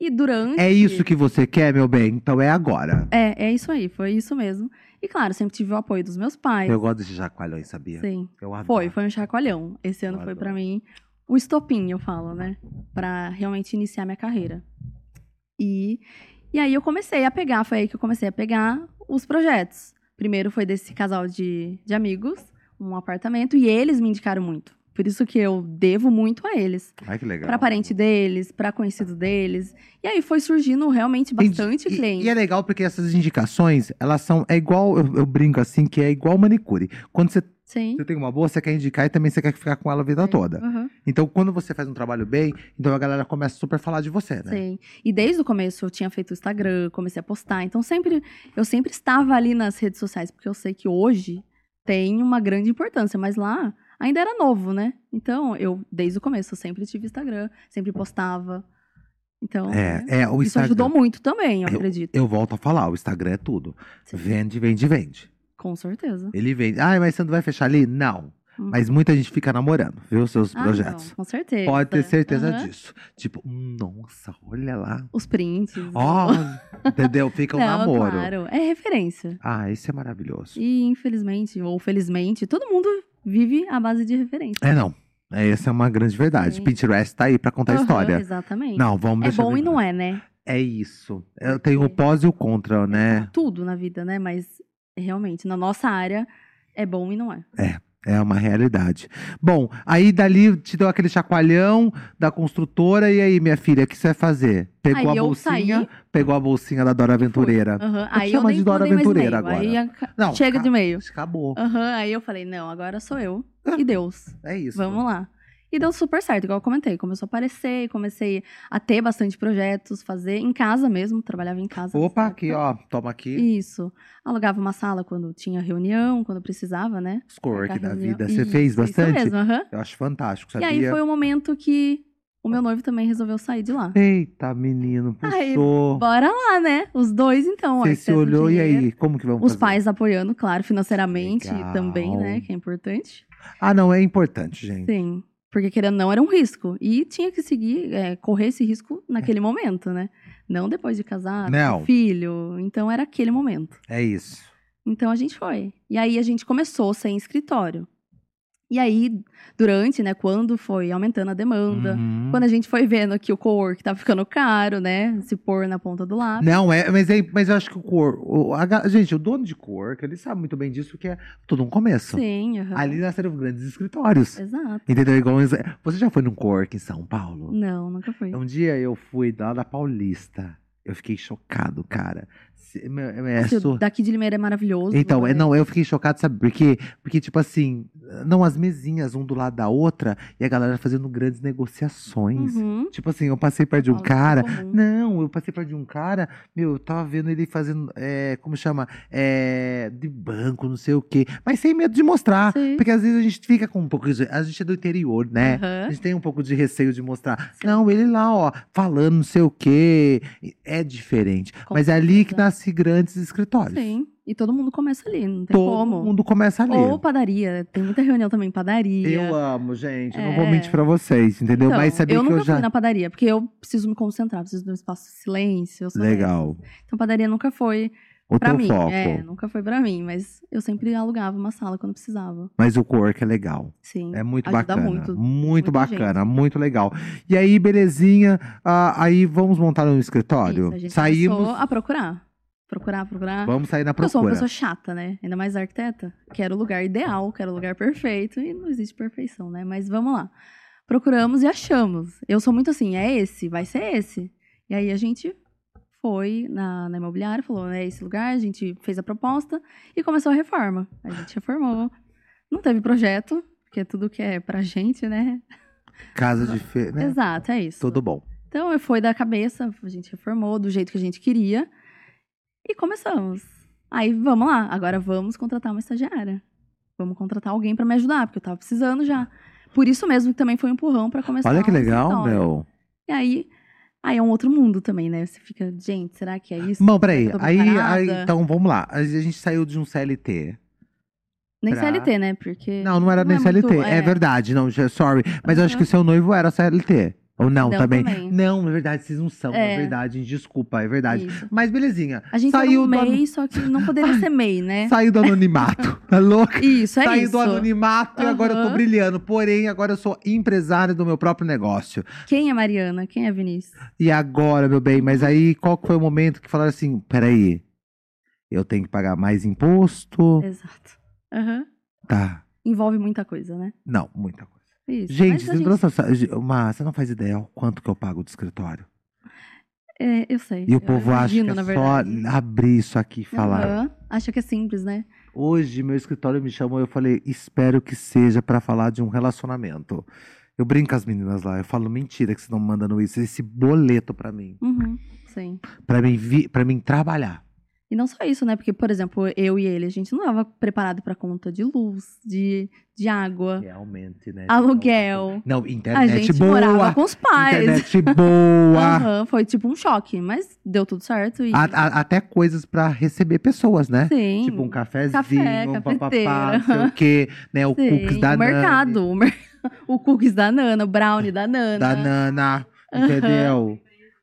E durante... É isso que você quer, meu bem? Então é agora. É, é isso aí, foi isso mesmo. E claro, sempre tive o apoio dos meus pais. Eu gosto desse chacoalhões, sabia? Sim. Eu adoro. Foi, foi um chacoalhão. Esse ano Eu foi adoro. pra mim o estopim, eu falo, né? Pra realmente iniciar minha carreira. E, e aí eu comecei a pegar, foi aí que eu comecei a pegar os projetos. Primeiro foi desse casal de, de amigos, um apartamento, e eles me indicaram muito. Por isso que eu devo muito a eles. Ai, que legal. Pra parente deles, pra conhecido deles. E aí foi surgindo realmente bastante e, cliente. E é legal porque essas indicações, elas são. É igual, eu, eu brinco assim, que é igual manicure. Quando você, Sim. você tem uma boa, você quer indicar e também você quer ficar com ela a vida toda. Aham. Então, quando você faz um trabalho bem, então a galera começa a super falar de você, né? Sim. E desde o começo eu tinha feito o Instagram, comecei a postar. Então sempre eu sempre estava ali nas redes sociais, porque eu sei que hoje tem uma grande importância, mas lá ainda era novo, né? Então eu desde o começo eu sempre tive Instagram, sempre postava. Então, né? É, é, o isso Instagram. ajudou muito também, eu, acredito. Eu volto a falar, o Instagram é tudo. Sim. Vende, vende, vende. Com certeza. Ele vende. Ah, mas você não vai fechar ali? Não. Uhum. Mas muita gente fica namorando, viu? Seus Ah, projetos. não, com certeza. Pode ter certeza Aham. disso. Tipo, hum, nossa, olha lá. Os prints. Ó, entendeu? Fica um não, namoro. claro. É referência. Ah, isso é maravilhoso. E infelizmente, ou felizmente, todo mundo vive à base de referência. É, não. É, Essa é uma grande verdade. Sim. Pinterest tá aí pra contar Aham, história. Exatamente. Não, vamos é deixar bom de- e não é, né? É isso. Eu tenho o pós e o contra, né? Tudo na vida, né? Mas realmente, na nossa área, é bom e não é. É uma realidade. Bom, aí dali te deu aquele chacoalhão da construtora. E aí, minha filha, o que você vai fazer? Pegou Aí a eu bolsinha? saí. Pegou a bolsinha da Dora Aventureira. Aham, Aí eu chama nem de Dora mandei mais Aventureira e-mail, agora. Aí a- Não, chega ca- de e-mail. Acabou. Aham, Aí eu falei, não, agora sou eu. E Deus. É isso. Vamos lá. E deu super certo, igual eu comentei. Começou a aparecer, comecei a ter bastante projetos, fazer em casa mesmo, trabalhava em casa. Opa, nessa aqui, época. ó. Toma aqui. Isso. Alugava uma sala quando tinha reunião, quando precisava, né? Os co-work da Reunião. vida. Você Isso, fez bastante? Isso mesmo, aham. Eu acho fantástico, E sabia? aí foi o momento que o meu noivo também resolveu sair de Então. lá. Eita, menino, Aí, puxou. Bora lá, né? Os dois, então. ó, Você se excesso de olhou e dinheiro. aí, como que vamos Os fazer? pais apoiando, claro, financeiramente Legal. também, né? Que é importante. Ah, não, é importante, gente. Sim. Porque querendo ou não, era um risco. E tinha que seguir, é, correr esse risco naquele momento, né? Não depois de casar, Não. ter filho. Então era aquele momento. É isso. Então a gente foi. E aí a gente começou sem escritório. E aí, durante, né, quando foi aumentando a demanda, Uhum. quando a gente foi vendo que o co-work tava ficando caro, né? Se pôr na ponta do lápis. Não, é, mas, é, mas eu acho que o cor. o- a ga- gente, o dono de cor, que ele sabe muito bem disso, que é tudo um começo. Sim, aham. Ali nasceram grandes escritórios. Exato. Entendeu? Igual. eles- Você já foi num co-work em São Paulo? Não, nunca foi. Um dia eu fui lá da Paulista. Eu fiquei chocado, cara. Se- meu, É Assim, o sur- Daqui de Limeira é maravilhoso. Então, é, né? não, eu fiquei chocado, sabe por quê? Porque, tipo assim, não as mesinhas um do lado da outra e a galera fazendo grandes negociações. Uhum. é Tipo assim, eu passei perto de um Algo cara. comum. Não, eu passei perto de um cara, meu, eu tava vendo ele fazendo, é, como chama? É, de banco, não sei o quê. Mas sem medo de mostrar. Sei. Porque às vezes a gente fica com um pouco de. A gente é do interior, né? Aham. A gente tem um pouco de receio de mostrar. Sim. Não, ele lá, ó, falando não sei o quê. É diferente. Com Mas é ali que certeza. nasce grandes escritórios. Sim, e todo mundo começa ali, não tem Todo como. mundo começa ali. Ou padaria, tem muita reunião também em padaria. Eu amo, gente. eu Não vou É. mentir pra vocês, entendeu? Então, Mas sabia eu que nunca eu já. fui na padaria, porque eu preciso me concentrar, preciso de um espaço de silêncio. eu sou Legal. dessas. Então padaria nunca foi O pra teu mim. foco. É, nunca foi pra mim, mas eu sempre alugava uma sala quando precisava. Mas o co-work é legal. Sim. É muito ajuda bacana. muito. muito muita bacana, muito legal. E aí, belezinha. ah, aí vamos montar um escritório. Isso, a gente Saímos. começou a procurar. Procurar, procurar. Vamos sair na eu sou uma procura. pessoa chata, né? Ainda mais arquiteta. Quero o lugar ideal, quero o lugar perfeito. E não existe perfeição, né? Mas vamos lá. Procuramos e achamos. Eu sou muito assim, é esse, vai ser esse. E aí a gente foi na, na imobiliária, falou, é esse lugar, a gente fez a proposta e começou a reforma. A gente reformou. Não teve projeto, porque tudo que é pra gente, né? Casa de feira. Né? Exato, é isso. Tudo bom. Então eu foi da cabeça, a gente reformou do jeito que a gente queria e começamos. Aí vamos lá, agora vamos contratar uma estagiária. Vamos contratar alguém pra me ajudar, porque eu tava precisando já. Por isso mesmo que também foi um empurrão pra começar. Olha que um legal, escritório. meu. E aí, aí é um outro mundo também, né? Você fica, gente, será que é isso? Bom, peraí. Tô Aí, aí, preparada. então vamos lá. A gente saiu de um CLT. Nem pra- CLT, né? Porque Não, não era Não é nem CLT. muito- é. é. verdade, não, já- sorry. Mas eu acho Aham. que o seu noivo era CLT. Ou não, Não, também. também. Não, é verdade, vocês não são. É, É. verdade, desculpa, é verdade. isso. Mas belezinha. A gente saiu saiu do era um an- MEI, só que não poderia ser MEI, né? Saiu do anonimato. tá louca? Isso, é Saiu isso. do anonimato e agora eu tô Aham. brilhando. Porém, agora eu sou empresária do meu próprio negócio. Quem é Mariana? Quem é Vinícius? E agora, meu bem, mas aí qual que foi o momento que falaram assim: peraí, eu tenho que pagar mais imposto? É. Exato. Aham. Tá. Envolve muita coisa, né? É Não, muita coisa. Isso. Gente, mas a você, não trouxe essa- ge- uma- você não faz ideia o quanto que eu pago do escritório. É, eu sei. E eu o povo imagino, acha na que é só verdade. abrir isso aqui e falar. Aham, Acha que é simples, né? Hoje, meu escritório me chamou, eu falei, espero que seja pra falar de um relacionamento. Eu brinco com as meninas lá, eu falo, mentira que vocês não mandando isso, esse boleto pra mim. Uhum, sim. Pra mim, vi, pra mim trabalhar. E não só isso, né? Porque, por exemplo, eu e ele, a gente não estava preparado para conta de luz, de, de água, Realmente, né? aluguel. Não, A né? internet gente boa. morava com os pais. Internet boa. Aham, foi tipo um choque, mas deu tudo certo. E, A- a- até coisas pra receber pessoas, né? sim. Tipo um cafezinho, Café, um papapá, cafeteira. não sei o quê, né? O sim. cookies da o Nani, mercado. O, mer- o cookies da Nana, o brownie da Nana. Da Nana, Aham. entendeu?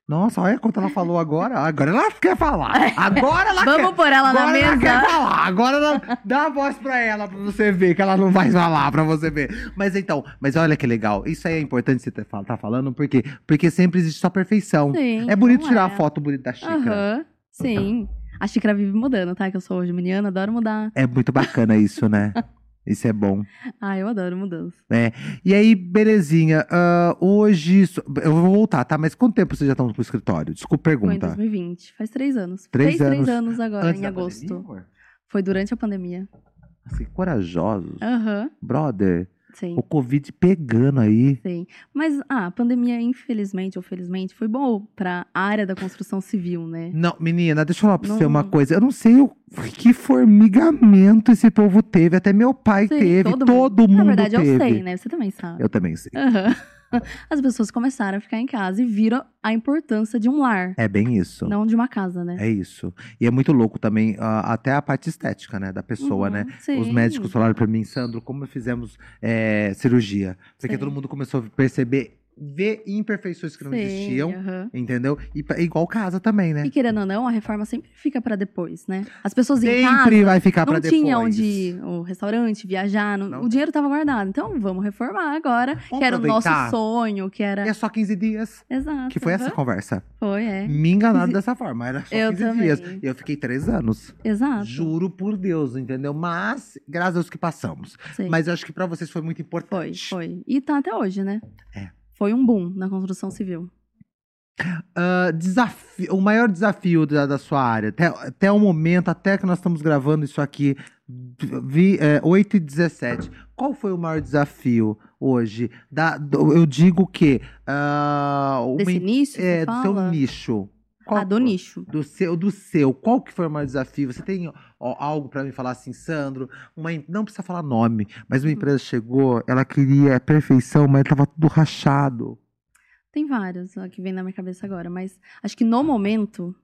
Nossa, olha quanto ela falou agora. Agora ela quer falar. Agora ela quer. Vamos pôr ela na Agora ela quer mesa. falar. Agora ela- dá a voz pra ela, pra você ver que ela não vai falar, pra você ver. Mas então, mas olha que legal. Isso aí é importante você ter, fal- tá falando, porque, porque sempre existe só perfeição. Sim, É bonito não tirar a é. foto bonita da xícara. Aham, sim. A xícara vive mudando, tá? Que eu sou geminiana, adoro mudar. É muito bacana isso, né? Isso é bom. Ah, eu adoro mudança. E aí, belezinha. ah, hoje. so- Eu vou voltar, tá? Mas quanto tempo vocês já estão no escritório? Desculpa a Foi em pergunta. 2020, faz três anos. Três Fez anos. três anos agora, um, em da agosto. pandemia, amor? Foi durante a pandemia. Assim, corajosos. Aham, Brother, sim. o Covid pegando aí. Sim. Mas ah, a pandemia, infelizmente ou felizmente, foi bom pra área da construção civil, né? Não, menina, deixa eu falar pra você Não- uma coisa. Eu não sei o que formigamento esse povo teve. Até meu pai Sim, teve. Todo, mundo Na verdade, teve. eu sei, né? Você também sabe. Eu também sei. Aham. As pessoas começaram a ficar em casa e viram a importância de um lar, É bem isso. não de uma casa, né? É isso. E é muito louco também, ah, até a parte estética, né? Da pessoa, Uhum, né? Sim. Os médicos falaram pra mim, Sandro, como fizemos eh, cirurgia? Porque Sim. todo mundo começou a perceber, ver imperfeições que não Sim, existiam, aham. entendeu? E pa- igual casa também, né? E querendo ou não, a reforma sempre fica pra depois, né? As pessoas em Sempre casa vai ficar pra não depois. tinham onde ir, o restaurante, viajar, não- Não. o dinheiro tava guardado. Então vamos reformar agora, Vamos que era o nosso aproveitar. sonho, que era É só 15 dias. Exato. Que foi essa aham. conversa. Foi, é. Me enganaram dessa forma. Era só Eu 15 também. Tá dias. E eu fiquei três anos. Exato. Juro por Deus, entendeu? Mas, graças a Deus que passamos. Sim. Mas eu acho que pra vocês foi muito Foi, importante. foi. E tá até hoje, né? É. Foi um boom na construção civil. Ah, desafi- o maior desafio da, da sua área, até, até o momento, até que nós estamos gravando isso aqui, vi, é, 8 e 17. Qual foi o maior desafio hoje? Da, do- eu digo que. ah, o Desse men- início, é, você do fala? seu nicho. Qual Ah, do foi? nicho. Do seu, do seu, qual que foi o maior desafio? Você tem ó, algo pra me falar assim, Sandro? Uma, em- não precisa falar nome, mas Hum. uma empresa chegou, ela queria a perfeição, mas tava tudo rachado. Tem vários ó, que vem na minha cabeça agora, mas acho que no momento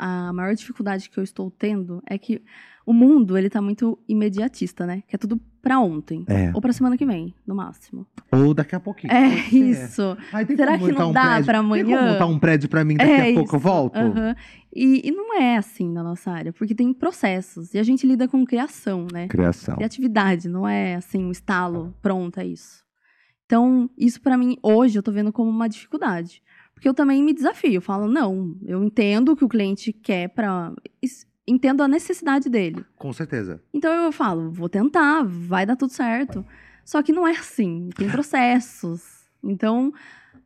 a maior dificuldade que eu estou tendo é que o mundo, ele tá muito imediatista, né? Que é tudo pra ontem. É. Ou pra semana que vem, no máximo. Ou daqui a pouquinho. É Pode ser. isso. Ai, tem Será como que montar não um dá prédio? pra Tem como amanhã? montar um prédio pra mim daqui É a pouco? Eu isso, volto? aham. E, e não é assim na nossa área, porque tem processos. E a gente lida com criação, né? Criação. criatividade, não é assim um estalo, pronto, é isso. Então, isso pra mim hoje eu tô vendo como uma dificuldade, porque eu também me desafio, eu falo, não, eu entendo o que o cliente quer para entendo a necessidade dele. Com certeza. Então eu falo, vou tentar, vai dar tudo certo. Só que não é assim, tem processos. Então,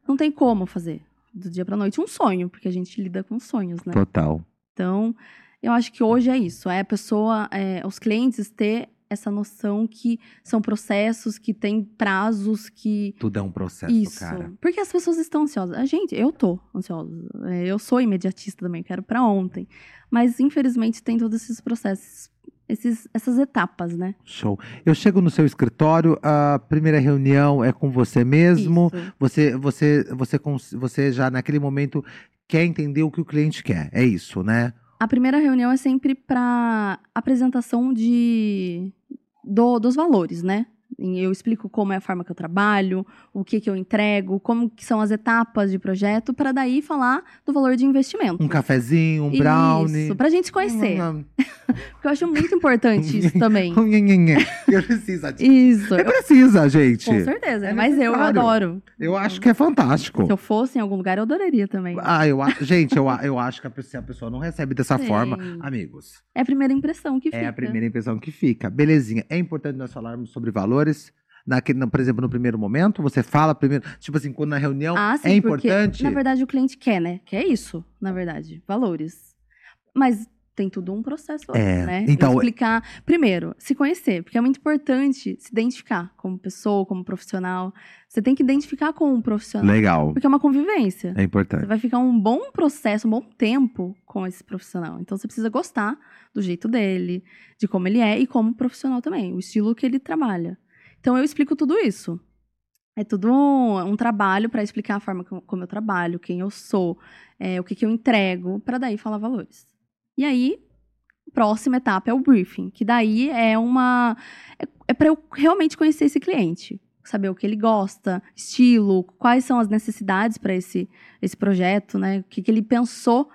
não tem como fazer do dia pra noite um sonho, porque a gente lida com sonhos, né? Total. Então, eu acho que hoje é isso. É a pessoa, é, os clientes ter essa noção que são processos, que tem prazos, que Tudo é um processo, isso. cara. Porque as pessoas estão ansiosas. A gente, eu tô ansiosa. É, eu sou imediatista também, quero pra ontem. Mas infelizmente tem todos esses processos, esses, essas etapas, né? Show. Eu chego no seu escritório, a primeira reunião é com você mesmo. Isso. Você, você, você, cons- você já naquele momento quer entender o que o cliente quer. É isso, né? A primeira reunião é sempre pra apresentação de do- dos valores, né? E Eu explico como é a forma que eu trabalho, o que que eu entrego, como que são as etapas de projeto, pra daí falar do valor de investimento. Um cafezinho, um brownie. Uhum. Isso, pra gente se conhecer. Porque eu acho muito importante isso também. Eu preciso disso. Isso. É eu- precisa, gente. com certeza. É mas eu, eu necessário. adoro. Eu acho que é fantástico. Se eu fosse em algum lugar, eu adoraria também. Ah, eu, a- gente, eu, a- eu acho que a pessoa, se a pessoa não recebe dessa Sim. forma, amigos. É a primeira impressão que fica. É a primeira impressão que fica. Belezinha. É importante nós falarmos sobre valores. Naquele, no- por exemplo, no primeiro momento, você fala primeiro. Tipo assim, quando na reunião Ah, sim, é porque, importante. na verdade, o cliente quer, né? Quer isso, na verdade. Valores. Mas tem tudo um processo, É, né? então- Explicar. Primeiro, se conhecer, porque é muito importante se identificar como pessoa, como profissional. Você tem que identificar com um profissional, Legal. porque é uma convivência. É Você importante. vai ficar um bom processo, um bom tempo com esse profissional. Então você precisa gostar do jeito dele, de como ele é e como profissional também, o estilo que ele trabalha. Então eu explico tudo isso. É tudo um, um trabalho para explicar a forma como, como eu trabalho, quem eu sou, é, o que, que eu entrego, para daí falar valores. E aí, a próxima etapa é o briefing, que daí é uma. É, é para eu realmente conhecer esse cliente. saber o que ele gosta, estilo, quais são as necessidades para esse, esse projeto, né? O que, que ele pensou.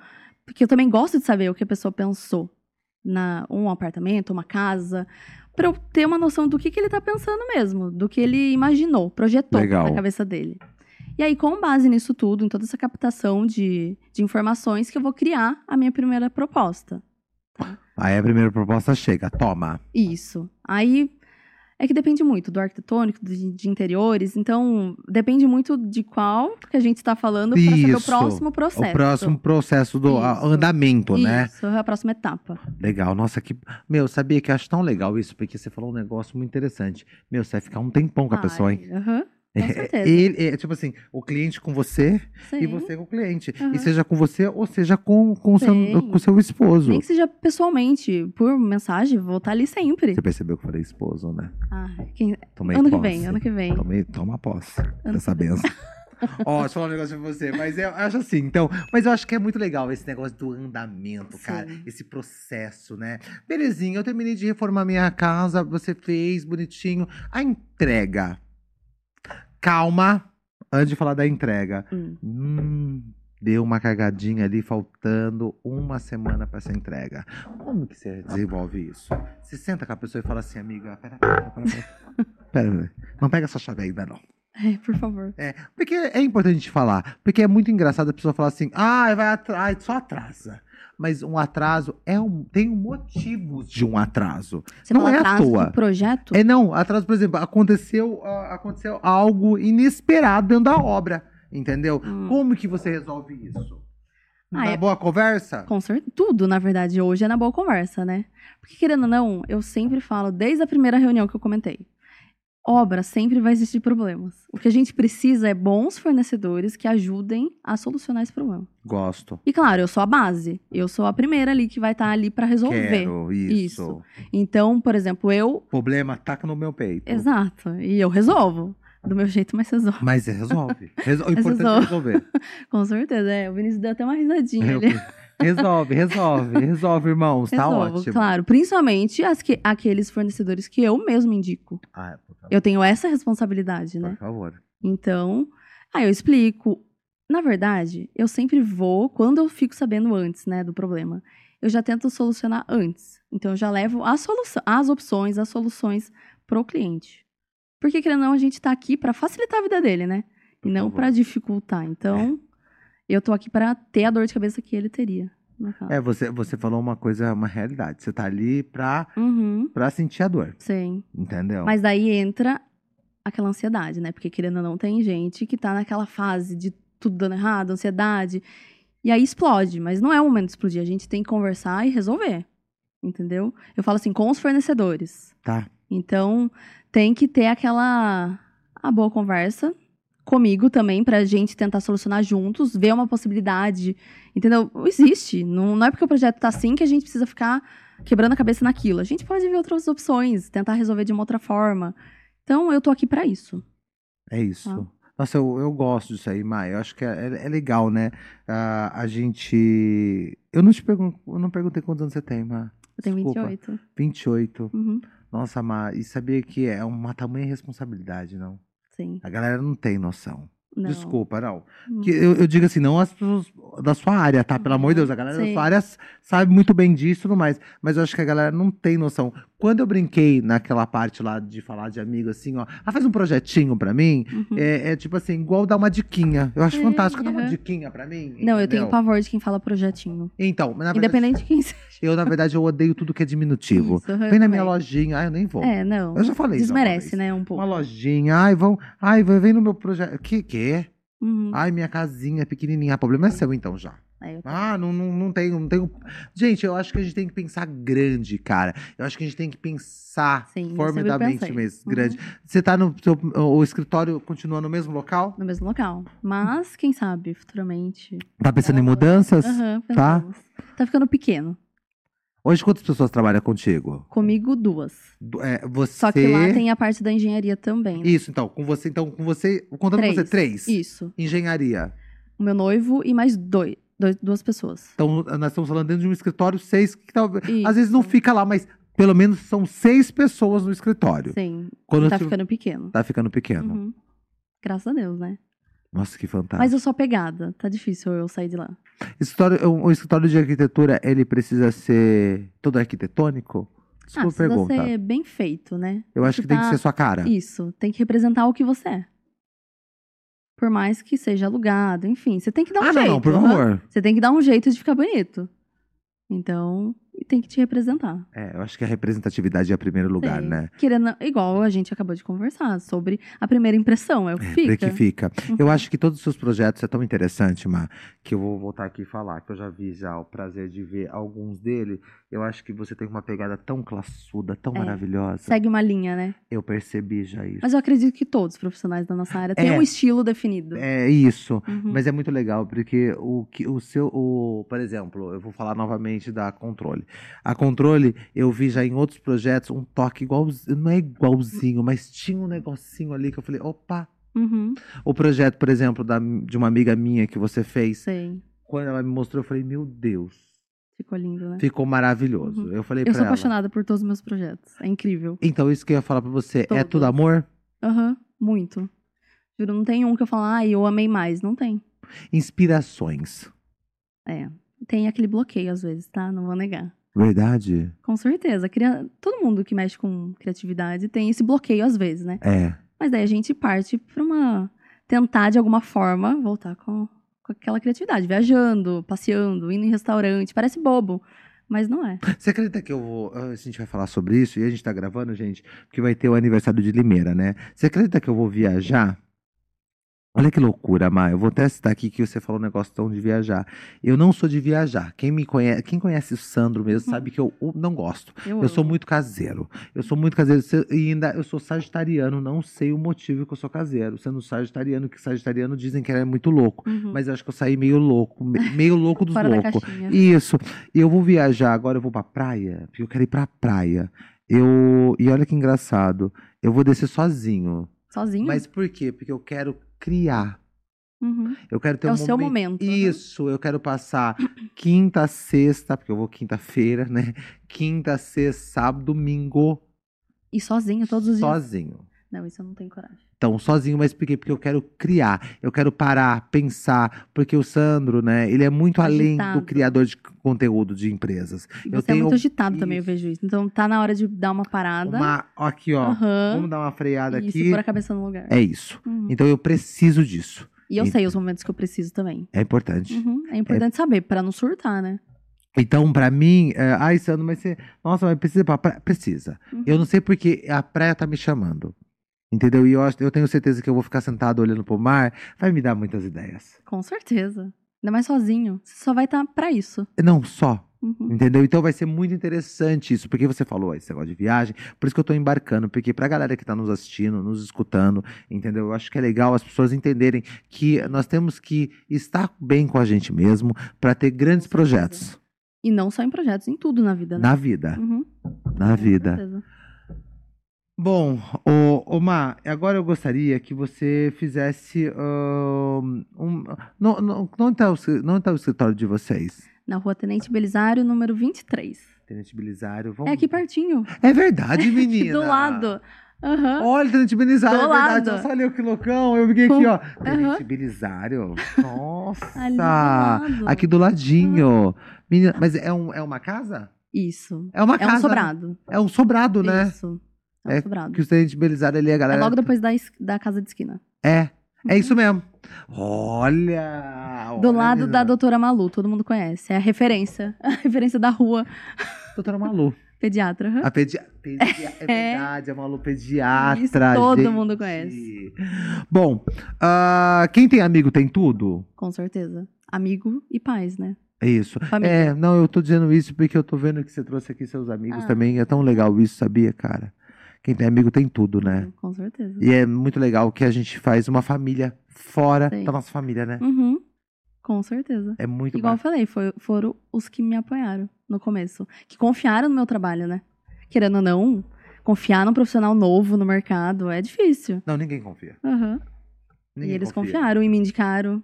Porque eu também gosto de saber o que a pessoa pensou na um apartamento, uma casa, para eu ter uma noção do que, que ele está pensando mesmo, do que ele imaginou, projetou Legal. na cabeça dele. E aí, com base nisso tudo, em toda essa captação de, de informações, que eu vou criar a minha primeira proposta. Aí a primeira proposta chega, toma. Isso. Aí é que depende muito do arquitetônico, de, de interiores, então depende muito de qual que a gente está falando para saber o Isso. próximo processo. O próximo processo do ah, Isso. andamento, né? Isso, é a próxima etapa. Legal, nossa, que. Meu, sabia que eu acho tão legal isso, porque você falou um negócio muito interessante. Meu, você vai ficar um tempão com a pessoa, hein? Ai, aham, com certeza. Ele, é, tipo assim, o cliente com você Sim. e você com o cliente. E Aham. seja com você ou seja com, com, o, seu, Sim. com o seu esposo. Nem que seja pessoalmente, por mensagem, vou estar ali sempre. Você percebeu que eu falei esposo, né? Ah, quem- Tomei Ano que posse. vem, ano que vem. Tomei, toma posse dessa benção. Ó, deixa eu falar um negócio pra você, mas eu acho assim, então, mas eu acho que é muito legal esse negócio do andamento, cara, Sim. esse processo, né? Belezinha, eu terminei de reformar minha casa, você fez bonitinho, a entrega. Calma, antes de falar da entrega. Hum. Hum, deu uma cagadinha ali, faltando uma semana pra essa entrega. Como que você desenvolve isso? Você senta com a pessoa e fala assim, amiga, pera, pera, pera, pera, pera, não pega essa chave ainda não. É, por favor. Porque é importante a gente falar, porque é muito engraçado a pessoa falar assim, ah, vai atrás, só atrasa. Mas um atraso é um, tem um motivo de um atraso. Você Não fala é à atraso toa. do projeto? É não, atraso, por exemplo, aconteceu, ah, aconteceu algo inesperado dentro da obra, entendeu? Hum. Como que você resolve isso? Ah, Na é- boa conversa? Com certeza. Tudo, na verdade, hoje é na boa conversa, né? Porque, querendo ou não, eu sempre falo, desde a primeira reunião que eu comentei, obra sempre vai existir problemas. O que a gente precisa é bons fornecedores que ajudem a solucionar esse problema. Gosto. E claro, eu sou a base. Eu sou a primeira ali que vai estar ali pra resolver. Quero isso. Isso. Então, por exemplo, eu. Problema, taca no meu peito. Exato. E eu resolvo. Do meu jeito, mas resolvo. Mas resolve. Resol... O Mas importante é resolve. resolver. Com certeza. É, o Vinícius deu até uma risadinha ali. Resolve, resolve, resolve, irmãos. Tá Resolvo, ótimo. claro. Principalmente as que, aqueles fornecedores que eu mesmo indico. Ah, por favor. Eu tenho essa responsabilidade, Por né? favor. Então, aí eu explico. Na verdade, eu sempre vou, quando eu fico sabendo antes, né, do problema, eu já tento solucionar antes. Então, eu já levo a solução, as opções, as soluções pro cliente. Porque, querendo ou não, a gente tá aqui para facilitar a vida dele, né? E não favor. para dificultar. Então, eu tô aqui para ter a dor de cabeça que ele teria. no caso. É, você, você falou uma coisa, uma realidade. Você tá ali pra, Uhum, pra sentir a dor, sim. entendeu? Mas daí entra aquela ansiedade, né? Porque querendo ou não, tem gente que tá naquela fase de tudo dando errado, ansiedade. E aí explode, mas não é o momento de explodir. A gente tem que conversar e resolver. Entendeu? Eu falo assim, com os fornecedores. Tá. Então, tem que ter aquela a boa conversa comigo também pra gente tentar solucionar juntos, ver uma possibilidade, entendeu? Existe, não, não é porque o projeto tá assim que a gente precisa ficar quebrando a cabeça naquilo. A gente pode ver outras opções, tentar resolver de uma outra forma. Então, eu tô aqui pra isso. É isso. Tá. Nossa, eu, eu gosto disso aí, Maia. Eu acho que é, é- é legal, né? Ah, a gente. Eu não te pergun eu não perguntei quantos anos você tem, Ma. Eu tenho Desculpa. 28. 28. Uhum, Nossa, Ma, e sabia que é uma tamanha responsabilidade, não? sim. A galera não tem noção. Não. Desculpa, não. Não. Que eu, eu digo assim, não as pessoas da sua área, tá? Pelo amor de Deus, a galera da Sim. sua área s- sabe muito bem disso e tudo mais. Mas eu acho que a galera não tem noção. Quando eu brinquei naquela parte lá de falar de amigo, assim, ó, ah, faz um projetinho pra mim, Uhum. é, é tipo assim, igual dar uma diquinha. Eu acho É, fantástico dar uma aham. diquinha pra mim. Não, eu entendeu? tenho pavor de quem fala projetinho. Então, na verdade, Independente de quem seja. eu, na verdade, eu odeio tudo que é diminutivo. Isso, eu Vem na minha também. lojinha, ah, eu nem vou. É, não. Eu já falei isso. Desmerece, uma vez. né, um pouco. Uma lojinha, ai, vão, ai, vem no meu projeto. Que que? Uhum. Ai, minha casinha pequenininha. Ah, problema é seu então já. É, eu Ah, não, não, não tenho, não tenho. Gente, eu acho que a gente tem que pensar grande, cara. Eu acho que a gente tem que pensar Sim, isso é eu formidavelmente pensei. mesmo, Uhum. grande. Você tá no seu, o escritório continua no mesmo local? no mesmo local. Mas, quem sabe, futuramente. Tá pensando em mudanças? Aham, tá. pensamos. Tá ficando pequeno. Hoje quantas pessoas trabalham contigo? Comigo, duas. Do- é, você Só que lá tem a parte da engenharia também. né? Isso, então, com você, então, com você, contando Três. com você, três. Isso. Engenharia. O meu noivo e mais dois, dois- duas pessoas. Então, nós estamos falando dentro de um escritório, seis que talvez Isso. às vezes não fica lá, mas pelo menos são seis pessoas no escritório. Sim. Quando tá você- ficando pequeno. tá ficando pequeno. Uhum. Graças a Deus, né? Nossa, que fantástico. Mas eu sou apegada. Tá difícil eu sair de lá. Escritório, um, um escritório de arquitetura, ele precisa ser todo arquitetônico? Ah, Desculpa a precisa pergunta. ser bem feito, né? Eu acho que tem que tá- ser sua cara. Isso, tem que representar o que você é. Por mais que seja alugado, enfim, você tem que dar um ah, não, jeito. não, por aham. favor. Você tem que dar um jeito de ficar bonito. Então, e tem que te representar. É, eu acho que a representatividade é o primeiro lugar, Sim. né? Querendo, igual a gente acabou de conversar sobre a primeira impressão, é o que Por aí fica. que fica. Uhum. Eu acho que todos os seus projetos é tão interessante, Má, que eu vou voltar aqui e falar, que eu já vi já o prazer de ver alguns dele. Eu acho que você tem uma pegada tão classuda, tão É. maravilhosa. Segue uma linha, né? Eu percebi já isso. Mas eu acredito que todos os profissionais da nossa área têm É. um estilo definido. É isso. Uhum. Mas é muito legal, porque o que o seu. O, por exemplo, eu vou falar novamente da controle. A controle, eu vi já em outros projetos um toque igualzinho. Não é igualzinho, mas tinha um negocinho ali que eu falei, opa! Uhum, O projeto, por exemplo, da, de uma amiga minha que você fez, sei. quando ela me mostrou, eu falei, meu Deus, Ficou lindo, né? ficou maravilhoso. Uhum. Eu falei Eu pra sou ela. apaixonada por todos os meus projetos. É incrível. Então, isso que eu ia falar pra você, é Todos. tudo amor? Aham, muito. Juro, não tem um que eu falo, ah, eu amei mais. Não tem. Inspirações. Tem aquele bloqueio às vezes, tá? Não vou negar. Verdade? Com certeza. Cria... Todo mundo que mexe com criatividade tem esse bloqueio às vezes, né? É. Mas daí a gente parte pra uma. tentar de alguma forma voltar com, com aquela criatividade. Viajando, passeando, indo em restaurante. Parece bobo, mas não é. Você acredita que eu vou. ah, A gente vai falar sobre isso e a gente tá gravando, gente, porque vai ter o aniversário de Limeira, né? Você acredita que eu vou viajar? Olha que loucura, Má. Eu vou até citar aqui que você falou um negócio tão de viajar. Eu não sou de viajar. Quem me conhece, quem conhece o Sandro Hum. mesmo sabe que eu uh, não gosto. Eu, Eu sou amo. muito caseiro. Eu sou muito caseiro. Se- E ainda eu sou sagitariano, não sei o motivo que eu sou caseiro. Sendo sagitariano, que sagitariano dizem que era muito louco. Uhum. Mas eu acho que eu saí meio louco, me- meio louco dos Fora da loucos. caixinha. Isso. E Eu vou viajar agora, eu vou pra praia, porque eu quero ir pra praia. Eu. E olha que engraçado. Eu vou descer sozinho. Sozinho? Mas por quê? Porque eu quero criar. Uhum. Eu quero ter É um o seu momento. né? Isso, eu quero passar quinta, sexta, porque eu vou quinta-feira, né? Quinta, sexta, sábado, domingo, E sozinho É, todos os dias. sozinho. Não, isso eu não tenho coragem. Então, sozinho, mas por quê? Porque eu quero criar, eu quero parar, pensar, porque o Sandro, né, ele é muito além Agitado. do criador de conteúdo de empresas. E Eu Você é muito tenho agitado também, eu isso. vejo isso. Então tá na hora de dar uma parada. Uma, ó, aqui, ó, Aham. vamos dar uma freada E aqui. segurar a cabeça no lugar. É isso. Uhum. Então, eu preciso disso. E eu sei os momentos que eu preciso também. É importante. Uhum, É importante saber, pra não surtar, né? Então, pra mim, é, ai, Sandro, mas você. Nossa, mas precisa ir pra praia? Precisa. Uhum. Eu não sei porque a praia tá me chamando. Entendeu? E eu, acho- eu tenho certeza que eu vou ficar sentado olhando pro mar. Vai me dar muitas ideias. Com certeza. Ainda mais sozinho. Você só vai estar pra isso. Não só. Uhum. Entendeu? Então vai ser muito interessante isso, porque você falou esse negócio de viagem, por isso que eu tô embarcando, porque pra galera que tá nos assistindo, nos escutando, entendeu? Eu acho que é legal as pessoas entenderem que nós temos que estar bem com a gente mesmo pra ter grandes Com certeza. projetos E não só em projetos, em tudo na vida, né? na vida, Uhum, na vida. Com certeza. Bom, ô, ô Má, agora eu gostaria que você fizesse ahn, um. Não, não, não tá o, escri- não tá o escritório de vocês. Na rua Tenente Belisário, número 23. Tenente Belisário, É vamos. aqui pertinho. É verdade, menina. Do lado. Aham. Olha, Tenente Belisário, Do é verdade. lado. Uhum. Nossa, olha eu que loucão. Eu fiquei aqui, ó. Tenente Aham. Belisário. Nossa. Ali do lado. Aqui do ladinho. Menina, mas é, um, é uma casa? Isso. É uma É casa. um sobrado. É um sobrado, né? Isso. É um É sobrado. Que o Tenente Belisário ali, a É galera. logo depois da, es- da casa de esquina. É, é Uhum. isso mesmo. Olha! Do olha, lado da menina. doutora Malu, todo mundo conhece. É a referência. A referência da rua. doutora Malu. Pediatra. aham. A pedi... pedia- É verdade, a Malu pediatra. Isso todo gente. mundo conhece. Bom, ah, quem tem amigo tem tudo? Com certeza. Amigo e paz, né? É isso. Família. É, não, eu tô dizendo isso porque eu tô vendo que você trouxe aqui seus amigos Ah. também. É tão legal isso, sabia, cara? Quem tem amigo tem tudo, né? Com certeza. E é muito legal que a gente faz uma família fora Sim. da nossa família, né? Uhum. Com certeza. É muito Igual eu bacana. falei, foi- foram os que me apoiaram no começo. Que confiaram no meu trabalho, né? Querendo ou não, confiar num profissional novo no mercado é difícil. Não, ninguém confia. Aham. E Ninguém eles confia. confiaram e me indicaram.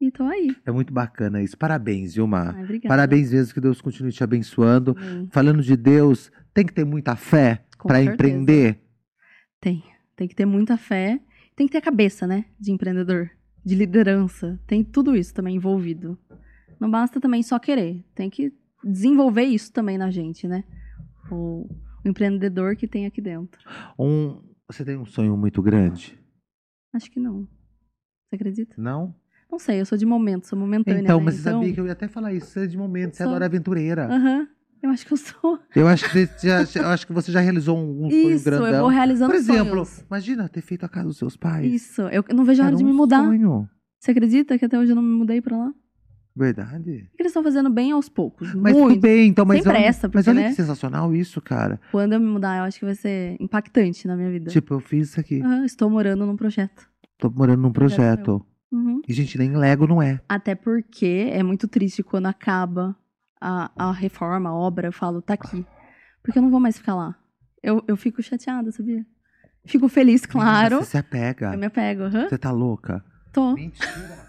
E tô aí. É muito bacana isso. Ah, Parabéns, Vilma. Ai, obrigada. Parabéns mesmo, que Deus continue te abençoando. Amém. Falando de Deus, Tem que ter muita fé Com pra certeza. empreender? Tem. Tem que ter muita fé. Tem que ter a cabeça, né? De empreendedor, de liderança. Tem tudo isso também envolvido. Não basta também só querer. Tem que desenvolver isso também na gente, né? O, o empreendedor que tem aqui dentro. Um, você tem um sonho muito grande? Acho que não. Você acredita? Não? Não sei, eu sou de momento, sou momentânea. Então, né? Ah. mas você sabia que eu ia até falar isso. Você é de momento, você Sou. adora aventureira. Aham. Eu acho que eu sou. Eu acho que você já, eu acho que você já realizou um, um sonho Isso, eu vou grandão. realizando Por exemplo, sonhos. imagina ter feito a casa dos seus pais. Isso, eu não vejo a hora Era de um me mudar. Sonho. Você acredita que até hoje eu não me mudei pra lá? Verdade. Eles estão fazendo bem aos poucos. Mas muito. tudo bem, então, mas Sem olha, pressa, mas porque, olha né? que sensacional isso, cara. Quando eu me mudar, eu acho que vai ser impactante na minha vida. Tipo, eu fiz isso aqui. Aham, estou morando num projeto. Tô morando num Projeto projeto. Uhum. E, gente, nem Lego não é. Até porque é muito triste quando acaba a, a reforma, a obra, eu falo, tá aqui. Porque eu não vou mais ficar lá. Eu, eu fico chateada, sabia? Fico feliz, claro. Você se apega. Eu me apego, aham. Você tá louca? Tô. Mentira.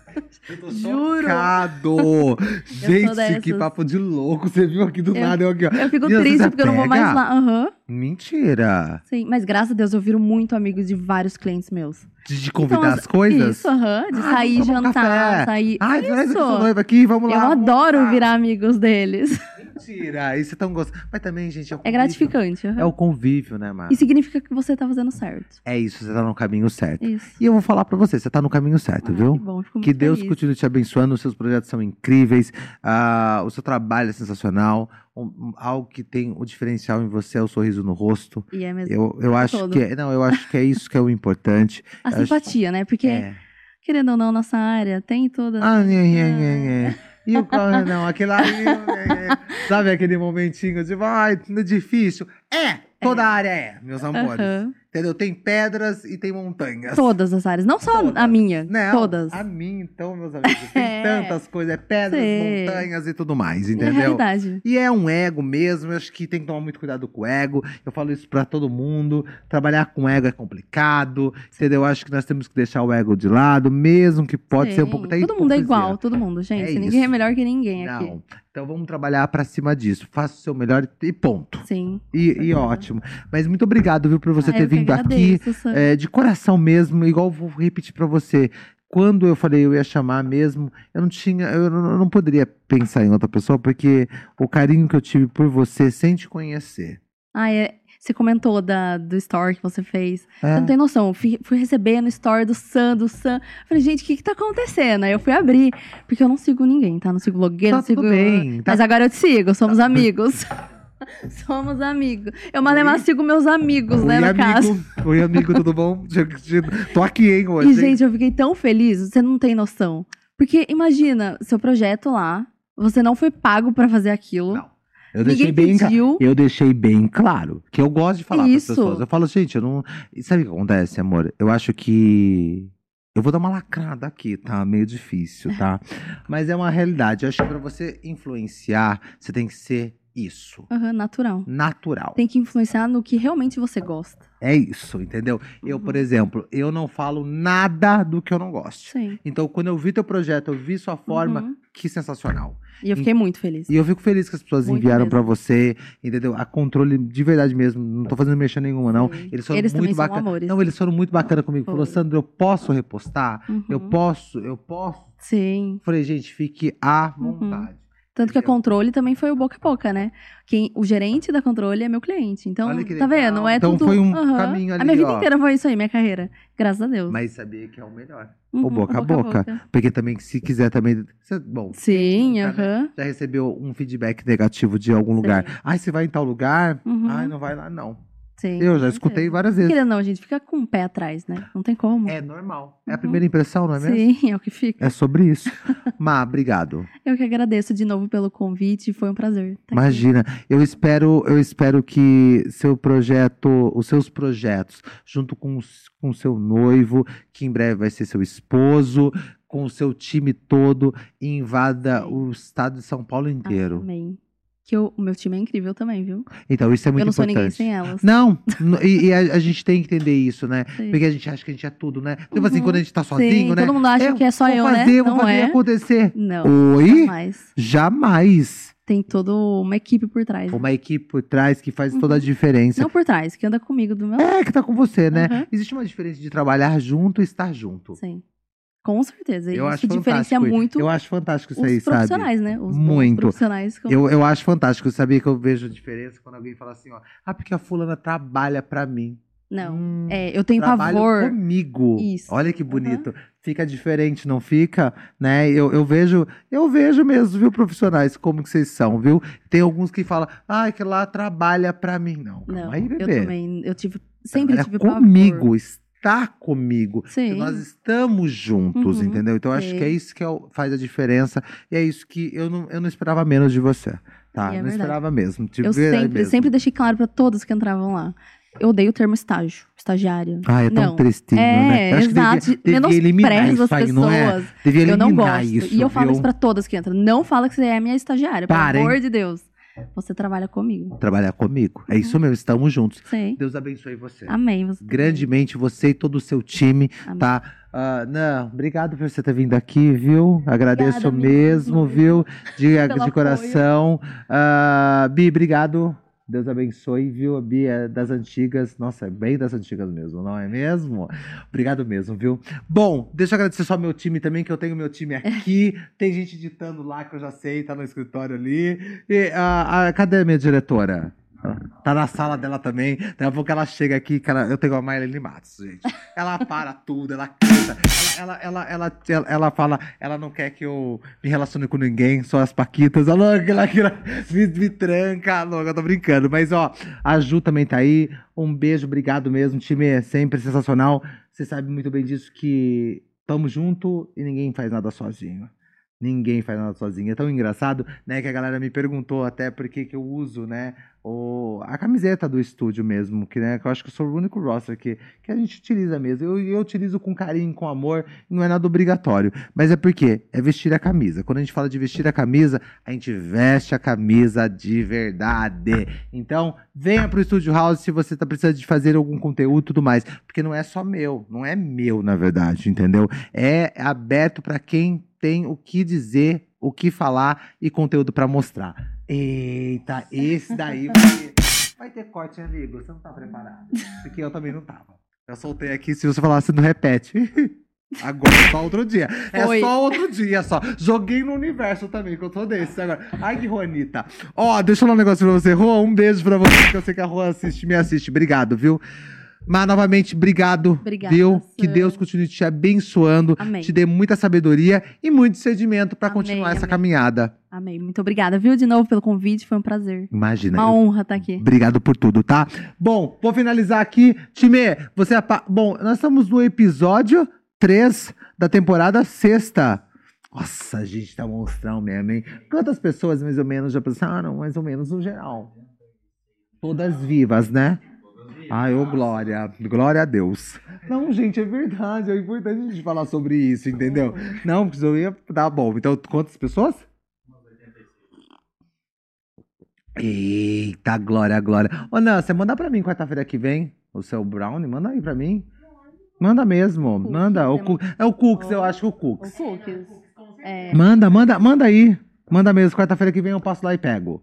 Eu tô Juro. chocado. Gente, que dessas. papo de louco. Você viu aqui do Eu- nada, eu aqui, ó. Eu fico Menina, você se triste porque eu não vou apega? mais lá. Aham. Mentira. Sim. Mas graças a Deus eu viro muito amigo de vários clientes meus. De, de convidar Então, as coisas? Isso, aham. De Ah, sair vamos tomar um jantar, café. sair. Ai, beleza que eu sou isso. noiva aqui, vamos lá. eu vamos adoro lá. virar amigos deles. Mentira, isso é tão gostoso. Mas também, gente, é o É convívio. gratificante. aham. É o convívio, né, Mar? E significa que você tá fazendo certo. É isso, você tá no caminho certo. Isso. E eu vou falar pra você, você tá no caminho certo, Ah, viu? Que bom, fico muito Que Deus feliz. continue te abençoando, os seus projetos são incríveis, ah, o seu trabalho é sensacional. um- um- algo que tem o diferencial em você é o sorriso no rosto. E é mesmo. Eu, eu acho todo. que é, não, eu acho que é isso que é o importante. A acho- simpatia, né? Porque, É. querendo ou não, nossa área tem toda. Ah, nhê, nhê, nhê, nhê. E o cara, não, aquele lá. nhê, nhê, nhê. Sabe aquele momentinho de ai, não é difícil? É! Toda É. área é, meus amores. Aham. Entendeu? Tem pedras e tem montanhas. Todas as áreas. Não só Todas. a minha. Não, todas. A mim, então, meus amigos, tem É. tantas coisas, é pedras, Sei. montanhas e tudo mais, É a entendeu? realidade. e é um ego mesmo, eu acho que tem que tomar muito cuidado com o ego. Eu falo isso pra todo mundo. Trabalhar com ego é complicado, entendeu? Eu acho que nós temos que deixar o ego de lado, mesmo que pode ser um Sim. pouco da Todo mundo é hipocrisia. igual, todo mundo, gente. É ninguém isso. é melhor que ninguém aqui. Não. Então vamos trabalhar pra cima disso. Faça o seu melhor e ponto. Sim. E, e certeza. ótimo. Mas muito obrigado, viu, por você é Ah, ter eu que vindo aqui. agradeço, Sam. É, de coração mesmo, igual eu vou repetir pra você. Quando eu falei eu ia chamar mesmo, eu não tinha, eu não, eu não poderia pensar em outra pessoa, porque o carinho que eu tive por você sem te conhecer. Ah, é. Você comentou da, do story que você fez. É. Você não tem noção. eu Fui, fui recebendo story do Sam, do Sam. Falei, gente, o que que tá acontecendo? Aí eu fui abrir. Porque eu não sigo ninguém, tá? Não sigo tá blogueiro, não sigo. tudo bem. Tá, Mas agora eu te sigo, somos amigos. somos amigos. Eu mais nem mais sigo meus amigos, Oi, né, no caso. amigo. Oi, amigo, tudo bom? Tô aqui, hein, hoje. E, hein? gente, eu fiquei tão feliz, você não tem noção. Porque imagina, seu projeto lá, você não foi pago pra fazer aquilo. Não, eu deixei ninguém bem. ca- pediu. Eu deixei bem claro que eu gosto de falar Isso. para pessoas. Eu falo, gente, eu não. E Sabe o que acontece, amor? Eu acho que. Eu vou dar uma lacrada aqui, tá? Meio difícil, tá? Mas é uma realidade. Eu acho que pra você influenciar, você tem que ser isso. Aham, natural. Natural. Tem que influenciar no que realmente você gosta. É isso, entendeu? Eu, por exemplo, eu não falo nada do que eu não gosto. Uhum. Sim. Então, quando eu vi teu projeto, eu vi sua forma, Uhum. que sensacional. E eu fiquei muito feliz. E eu fico feliz que as pessoas Muito enviaram mesmo. pra você, entendeu? A controle de verdade mesmo, não tô fazendo mexer nenhuma não. Sim. Eles foram Eles muito também são bacanas. amores. Não, eles foram muito bacanas comigo. Falou, Foi. Sandro, eu posso repostar? Uhum. Eu posso, eu posso. Sim. Falei, gente, fique à Uhum. vontade. Tanto que a Entendeu? controle também foi o boca a boca, né? Quem, o gerente da controle é meu cliente. Então, Olha que tá legal. vendo? É Então tudo. foi um Aham. caminho ali, A minha vida ó. inteira foi isso aí, minha carreira. Graças a Deus. Mas sabia que é o melhor. Uhum, o boca a boca. Porque também, se quiser também. cê- bom, Sim, Nunca, né? aham. já recebeu um feedback negativo de algum lugar. Ai, você vai em tal lugar? Uhum. Ai, não vai lá, não. Sim, Eu já com escutei certeza. várias vezes. Querendo ou não, a gente fica com o pé atrás, né? Não tem como. É normal. É a Uhum. primeira impressão, não é mesmo? Sim, é o que fica. É sobre isso. Má, obrigado. Eu que agradeço de novo pelo convite, foi um prazer. tá aqui. Imagina, eu espero, eu espero que seu projeto, os seus projetos, junto com os- com o seu noivo, que em breve vai ser seu esposo, com o seu time todo, invada Sim. o estado de São Paulo inteiro. Amém. Ah, Que eu- o meu time é incrível também, viu? Então, isso é muito tá. eu não sou importante. ninguém sem elas. Não, n- e, e a, a gente tem que entender isso, né? Sim. Porque a gente acha que a gente é tudo, né? Tipo assim, Uhum. quando a gente tá sozinho, Sim, né? todo mundo acha É, que é só vou eu, fazer, né? vou não fazer é. acontecer. Não, Oi? mas Jamais. tem toda uma equipe por trás. Uma equipe por trás que faz toda a diferença. Uhum. Não por trás, que anda comigo do meu lado. É que tá com você, né? Uhum. Existe uma diferença de trabalhar junto e estar junto. Sim. Com certeza. E Eu isso acho diferencia fantástico. muito Eu acho fantástico isso os aí, sabe? profissionais, né? Os bons Muito. profissionais. como- Eu, eu acho fantástico, sabia que eu vejo a diferença quando alguém fala assim, ó, ah, porque a fulana trabalha pra mim. Não. Hum, É, eu tenho trabalho pavor. comigo. Isso. Olha que bonito. Fica diferente, não fica? Né? Eu, eu vejo, eu vejo mesmo, viu, profissionais, como que vocês são, viu? Tem alguns que falam, ah, que lá trabalha pra mim. Não, calma Não, aí, eu bebê. também. Eu tive, sempre trabalha tive pavor. comigo, está comigo. Sim. Nós estamos juntos, Uhum, entendeu? Então eu acho sei. que é isso que é o- faz a diferença. E é isso que eu não, eu não esperava menos de você. Tá? É não verdade. esperava mesmo. De Eu verdade sempre, né, mesmo. sempre deixei claro pra todos que entravam lá. Eu odeio o termo estágio, estagiária. Ah, é tão Não. tristinho, né? É, Eu acho que devia- exato. devia eliminar Menosprezo as isso aí, pessoas. não é? Devia Eu eliminar não gosto. isso. e eu falo viu? isso pra todas que entram. Não fala que você é minha estagiária, Para, hein? pelo amor de Deus. Você trabalha comigo. Trabalhar comigo. É isso mesmo, estamos juntos. Sei. Deus abençoe você. Uhum. Amém. Você também. Grandemente você e todo o seu time, Amém. tá? Ah, não, obrigado por você ter vindo aqui, viu? Agradeço Obrigada mesmo, mesmo. viu? De, Pelo de apoio. coração. Ah, Bi, obrigado. Deus abençoe, viu? A Bi é das antigas. Nossa, é bem das antigas mesmo, não é mesmo? Obrigado mesmo, viu? Bom, deixa eu agradecer só meu time também, que eu tenho meu time aqui. Tem gente ditando lá que eu já sei, tá no escritório ali. E, ah, ah, cadê a minha diretora? Tá na sala dela também. Daqui a pouco ela chega aqui, que ela- eu tenho a Marilene Matos, gente. Ela para tudo, ela canta, ela, ela, ela, ela, ela fala, ela não quer que eu me relacione com ninguém, só as paquitas. Ela, ela, ela me, me tranca, louca, eu tô brincando. Mas ó, a Ju também tá aí. Um beijo, obrigado mesmo. O time é sempre sensacional. Você sabe muito bem disso que tamo junto e ninguém faz nada sozinho. Ninguém faz nada sozinho. É tão engraçado, né, que a galera me perguntou até por que que eu uso, né, o, a camiseta do estúdio mesmo, que, né, que eu acho que eu sou o único roster que, que a gente utiliza mesmo. Eu, eu utilizo com carinho, com amor, não é nada obrigatório. Mas é porque é vestir a camisa. Quando a gente fala de vestir a camisa, a gente veste a camisa de verdade. Então, venha pro Estúdio House se você tá precisando de fazer algum conteúdo e tudo mais. Porque não é só meu, não é meu, na verdade, entendeu? É aberto para quem tem o que dizer, o que falar e conteúdo para mostrar. Eita, esse daí vai ter, vai ter corte, amigo. Você não tá preparado. Porque eu também não tava. Eu soltei aqui, se você falar, você não repete. Agora, só outro dia. É Foi. só outro dia, só. Joguei no universo também, que eu tô desse agora. Ai, que Juanita. Ó, deixa eu falar um negócio pra você. Juan, um beijo pra você, que eu sei que a Juan assiste, me assiste. Obrigado, viu? Mas, novamente, obrigado, Obrigada, viu? Sam. Que Deus continue te abençoando, Amém. te dê muita sabedoria e muito sedimento pra Amém, continuar essa amém. caminhada. Amém. Muito obrigada, viu? De novo pelo convite. Foi um prazer. Imagina. Uma Né, eu- honra estar aqui. Obrigado por tudo, tá? Bom, vou finalizar aqui. Time, você é. pa- Bom, nós estamos no episódio 3 da temporada sexta. Nossa, a gente tá monstrão mesmo, hein? Quantas pessoas mais ou menos já passaram? Mais ou menos no geral. Todas vivas, né? Ai, ô glória. Glória a Deus. Não, gente, é verdade. É importante a gente falar sobre isso, entendeu? Não, porque eu ia dar bom. Então, quantas pessoas? Eita, glória, glória. Ô, Nan, você manda pra mim quarta-feira que vem o seu brownie? Manda aí pra mim. Manda mesmo, Cookies, manda. O né, cu- É o Cooks, eu acho que o Ou Cooks. cookies. É, Manda, manda, manda aí. Manda mesmo, quarta-feira que vem eu passo lá e pego.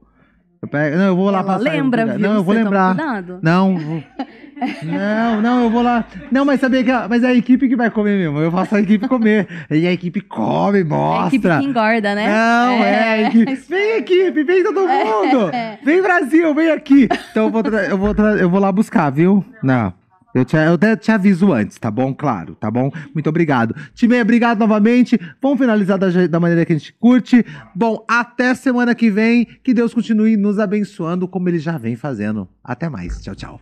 Eu pego, não, eu vou lá ela passar. lembra, eu, viu? não, eu vou Você tá toma lembrar. Cuidado. Não, vou- não, não, eu vou lá. Não, mas sabia que a- mas é a equipe que vai comer mesmo. Eu faço a equipe comer. E a equipe come, É a equipe mostra. que engorda, né? Não, é. equipe. Vem, equipe, vem todo mundo. Vem, Brasil, vem aqui. Então eu vou, tra- eu vou, tra- eu vou lá buscar, viu? Não. Eu, te, eu até te aviso antes, tá bom? Claro, tá bom? Muito obrigado. Time, obrigado novamente. Vamos finalizar da, je- da maneira que a gente curte. Bom, até semana que vem. Que Deus continue nos abençoando como ele já vem fazendo. Até mais. Tchau, tchau.